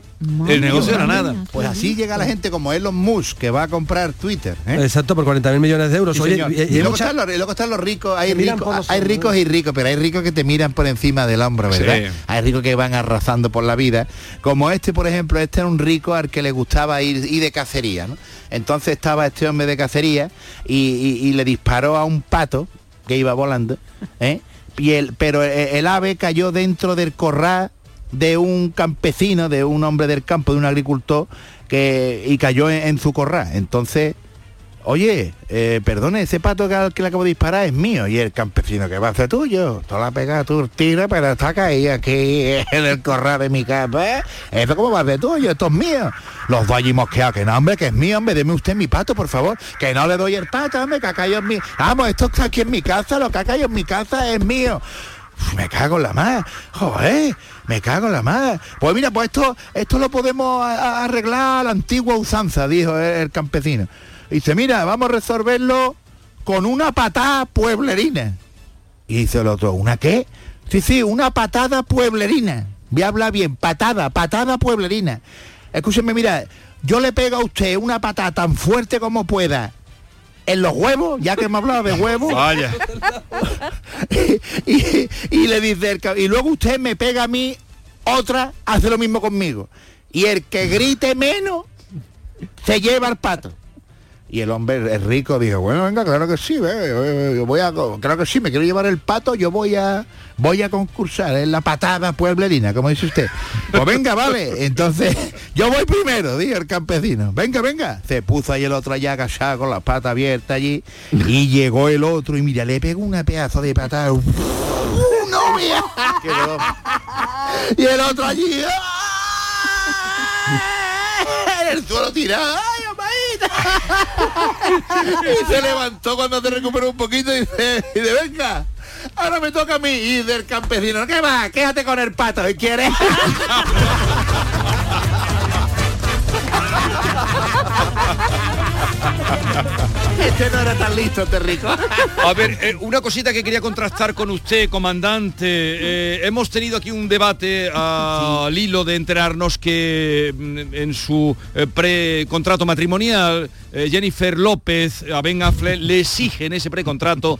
el negocio de la nada. Pues así llega la gente como Elon Musk, que va a comprar Twitter. ¿eh? Exacto, por 40.000 millones de euros. Sí, Oye, eh, señor. y- y- y y luego, mucha- están los, y luego están los ricos, hay, Te miran por ricos, los hay ojos, ricos y ricos, pero hay ricos que te miran por encima del hombro, ¿verdad? Sí. Hay ricos que van arrasando por la vida. Como este, por ejemplo, este era un rico al que le gustaba ir, ir de cacería, ¿no? Entonces estaba este hombre de cacería y, y- y le disparó a un pato que iba volando, ¿eh? Y el- pero el, el ave cayó dentro del corral de un campesino, de un hombre del campo, de un agricultor, que, y cayó en- en su corral. Entonces Oye, eh, perdone, ese pato que, al que le acabo de disparar es mío y el campesino que va a ser tuyo. Tú la pegas tu tira, pero está caído aquí en el corral de mi casa. ¿eh? ¿Eso cómo va a ser tuyo? Esto es mío. Los dos allí mosqueados, que no, hombre, que es mío, hombre, deme usted mi pato, por favor. Que no le doy el pato, hombre, que ha caído en mi... Vamos, esto está aquí en mi casa, lo que ha caído en mi casa es mío. Uf, me cago en la más. Joder, me cago en la más. Pues mira, pues esto, esto lo podemos a- a- arreglar a la antigua usanza, dijo el, el campesino. Y dice, mira, vamos a resolverlo con una patada pueblerina. Y dice el otro, ¿una qué? Sí, sí, una patada pueblerina. Voy a hablar bien, patada, patada pueblerina. Escúcheme, mira, yo le pego a usted una patada tan fuerte como pueda. En los huevos, ya que me hablado de huevos. Vaya. y, y le dice el cab- y luego usted me pega a mí otra hace lo mismo conmigo y el que grite menos se lleva el pato y el hombre es rico dijo bueno venga claro que sí eh, eh, yo voy a co- claro que sí me quiero llevar el pato yo voy a voy a concursar en la patada pueblerina como dice usted pues venga vale entonces yo voy primero dijo el campesino venga venga se puso ahí el otro allá agachado con las patas abiertas allí y llegó el otro y mira le pegó una pedazo de patada uf, ¡No mía! Y el otro allí. ¡ah! Eh, En el suelo tirado. ¡Ay, amaita! Y se levantó cuando se recuperó un poquito y dice, y de venga. Ahora me toca a mí y del campesino. ¿Qué va? Quédate con el pato. ¿eh? ¿Quieres? este no era tan listo, este rico. A ver, eh, una cosita que quería contrastar con usted, comandante. Eh, hemos tenido aquí un debate ah, al hilo de enterarnos que mm, en su eh, precontrato matrimonial, eh, Jennifer López a Ben Affleck le exigen ese precontrato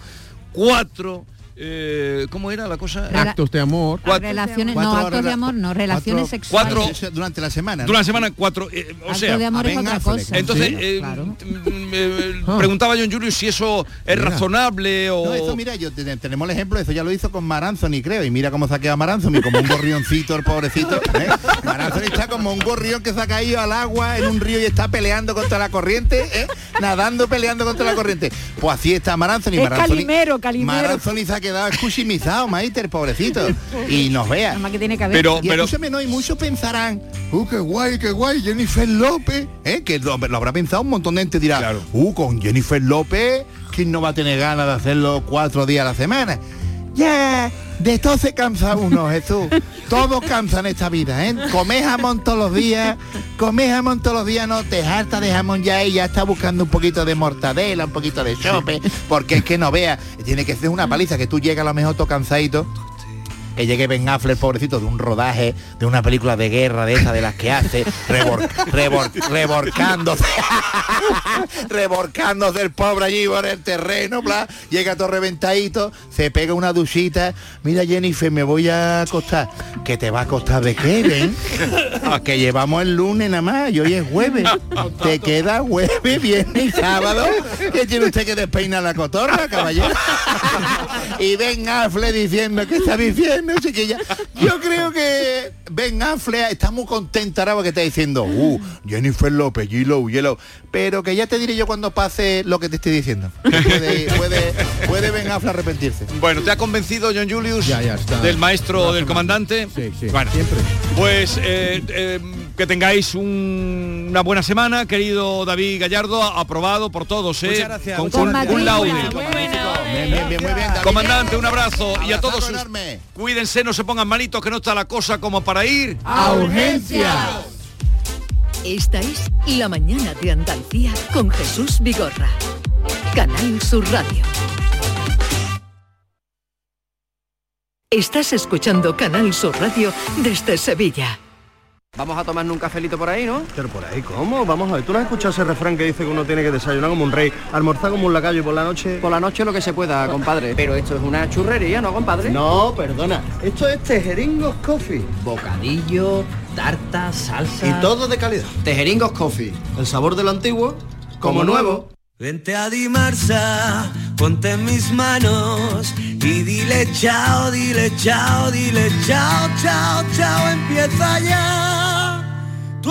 cuatro... eh, ¿Cómo era la cosa? Actos de amor. Cuatro- Relaciones, Cuatro no, actos horas- de amor, no, relaciones cuatro- sexuales. cuatro- durante la semana. durante la semana cuatro. eh, o Acto sea, de amor es otra cosa. Entonces, Sí, eh, mm, eh, preguntaba John Julius si eso es razonable o... No, eso mira, yo te- tenemos el ejemplo, eso ya lo hizo con Maranzoni, creo, y mira cómo saquea a Maranzoni, como un gorrioncito el pobrecito. ¿eh? Maranzoni está como un gorrión que se ha caído al agua en un río y está peleando contra la corriente, ¿eh? nadando, peleando contra la corriente. Pues así está Maranzoni. Es Maranzoni- Calimero, Calimero. Maranzoni se ha quedado escuchimizado, Maiter, pobrecito. Y nos vea. Además que tiene que haber. Pero, y escúchame, no, y muchos pensarán, uh, qué guay, qué guay, Jennifer López, ¿eh? que lo, lo habrá pensado un montón de gente, dirá, uh, con Jennifer López, ¿quién no va a tener ganas de hacerlo cuatro días a la semana? Ya, de todo se cansa uno, Jesús. Todos cansan esta vida, ¿eh? Comer jamón todos los días, comer jamón todos los días, no te harta de jamón ya y ya está buscando un poquito de mortadela, un poquito de chope, porque es que no veas, tiene que ser una paliza, que tú llegas a lo mejor todo cansadito, que llegue Ben Affleck, pobrecito, de un rodaje, de una película de guerra, de esa, de las que hace, rebor, rebor- reborcándose, reborcándose el pobre allí por el terreno, bla, llega todo reventadito, se pega una duchita, mira Jennifer, me voy a acostar, que te va a acostar de Eh, qué, Ben? Ah, que llevamos el lunes nada más y hoy es jueves. Te queda jueves, viernes y sábado. Que tiene usted que despeinar la cotorra, caballero. Y Ben Affle diciendo que está diciendo, chiquilla. Yo creo que Ben Affle está muy contenta ahora porque está diciendo, uh, Jennifer López, Yellow, Yellow. Pero que ya te diré yo cuando pase lo que te estoy diciendo. Puede, puede, puede Ben Affle arrepentirse. Bueno, ¿te ha convencido John Julius está. del maestro, del comandante? Sí, sí, siempre. Pues eh, eh, que tengáis un- una buena semana, querido David Gallardo, aprobado por todos, ¿eh? Muchas gracias, Con muchas cul- gracias. cum laude. Bien, bien, bien, muy bien, David. Comandante, un abrazo y a todos. Abrazo sus- enorme. Cuídense, no se pongan malitos, que no está la cosa como para ir A urgencias. Esta es La Mañana de Andalucía con Jesús Vigorra. Canal Sur Radio. Estás escuchando Canal Sur Radio desde Sevilla. Vamos a tomarnos un cafelito por ahí, ¿no? Pero por ahí, ¿cómo? Vamos a ver, ¿tú no has escuchado ese refrán que dice que uno tiene que desayunar como un rey, almorzar como un lacayo y por la noche... Por la noche lo que se pueda, compadre. Pero esto es una churrería, ¿no, compadre? No, perdona, esto es Tejeringos Coffee. Bocadillo, tarta, salsa... Y todo de calidad. Tejeringos Coffee, el sabor de lo antiguo como nuevo. Vente a Dimarsa, ponte en mis manos y dile chao, dile chao, dile chao, chao, chao, empieza ya tu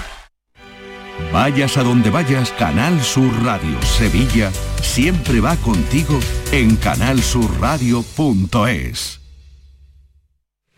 Vayas a donde vayas, Canal Sur Radio Sevilla siempre va contigo en canalsurradio.es.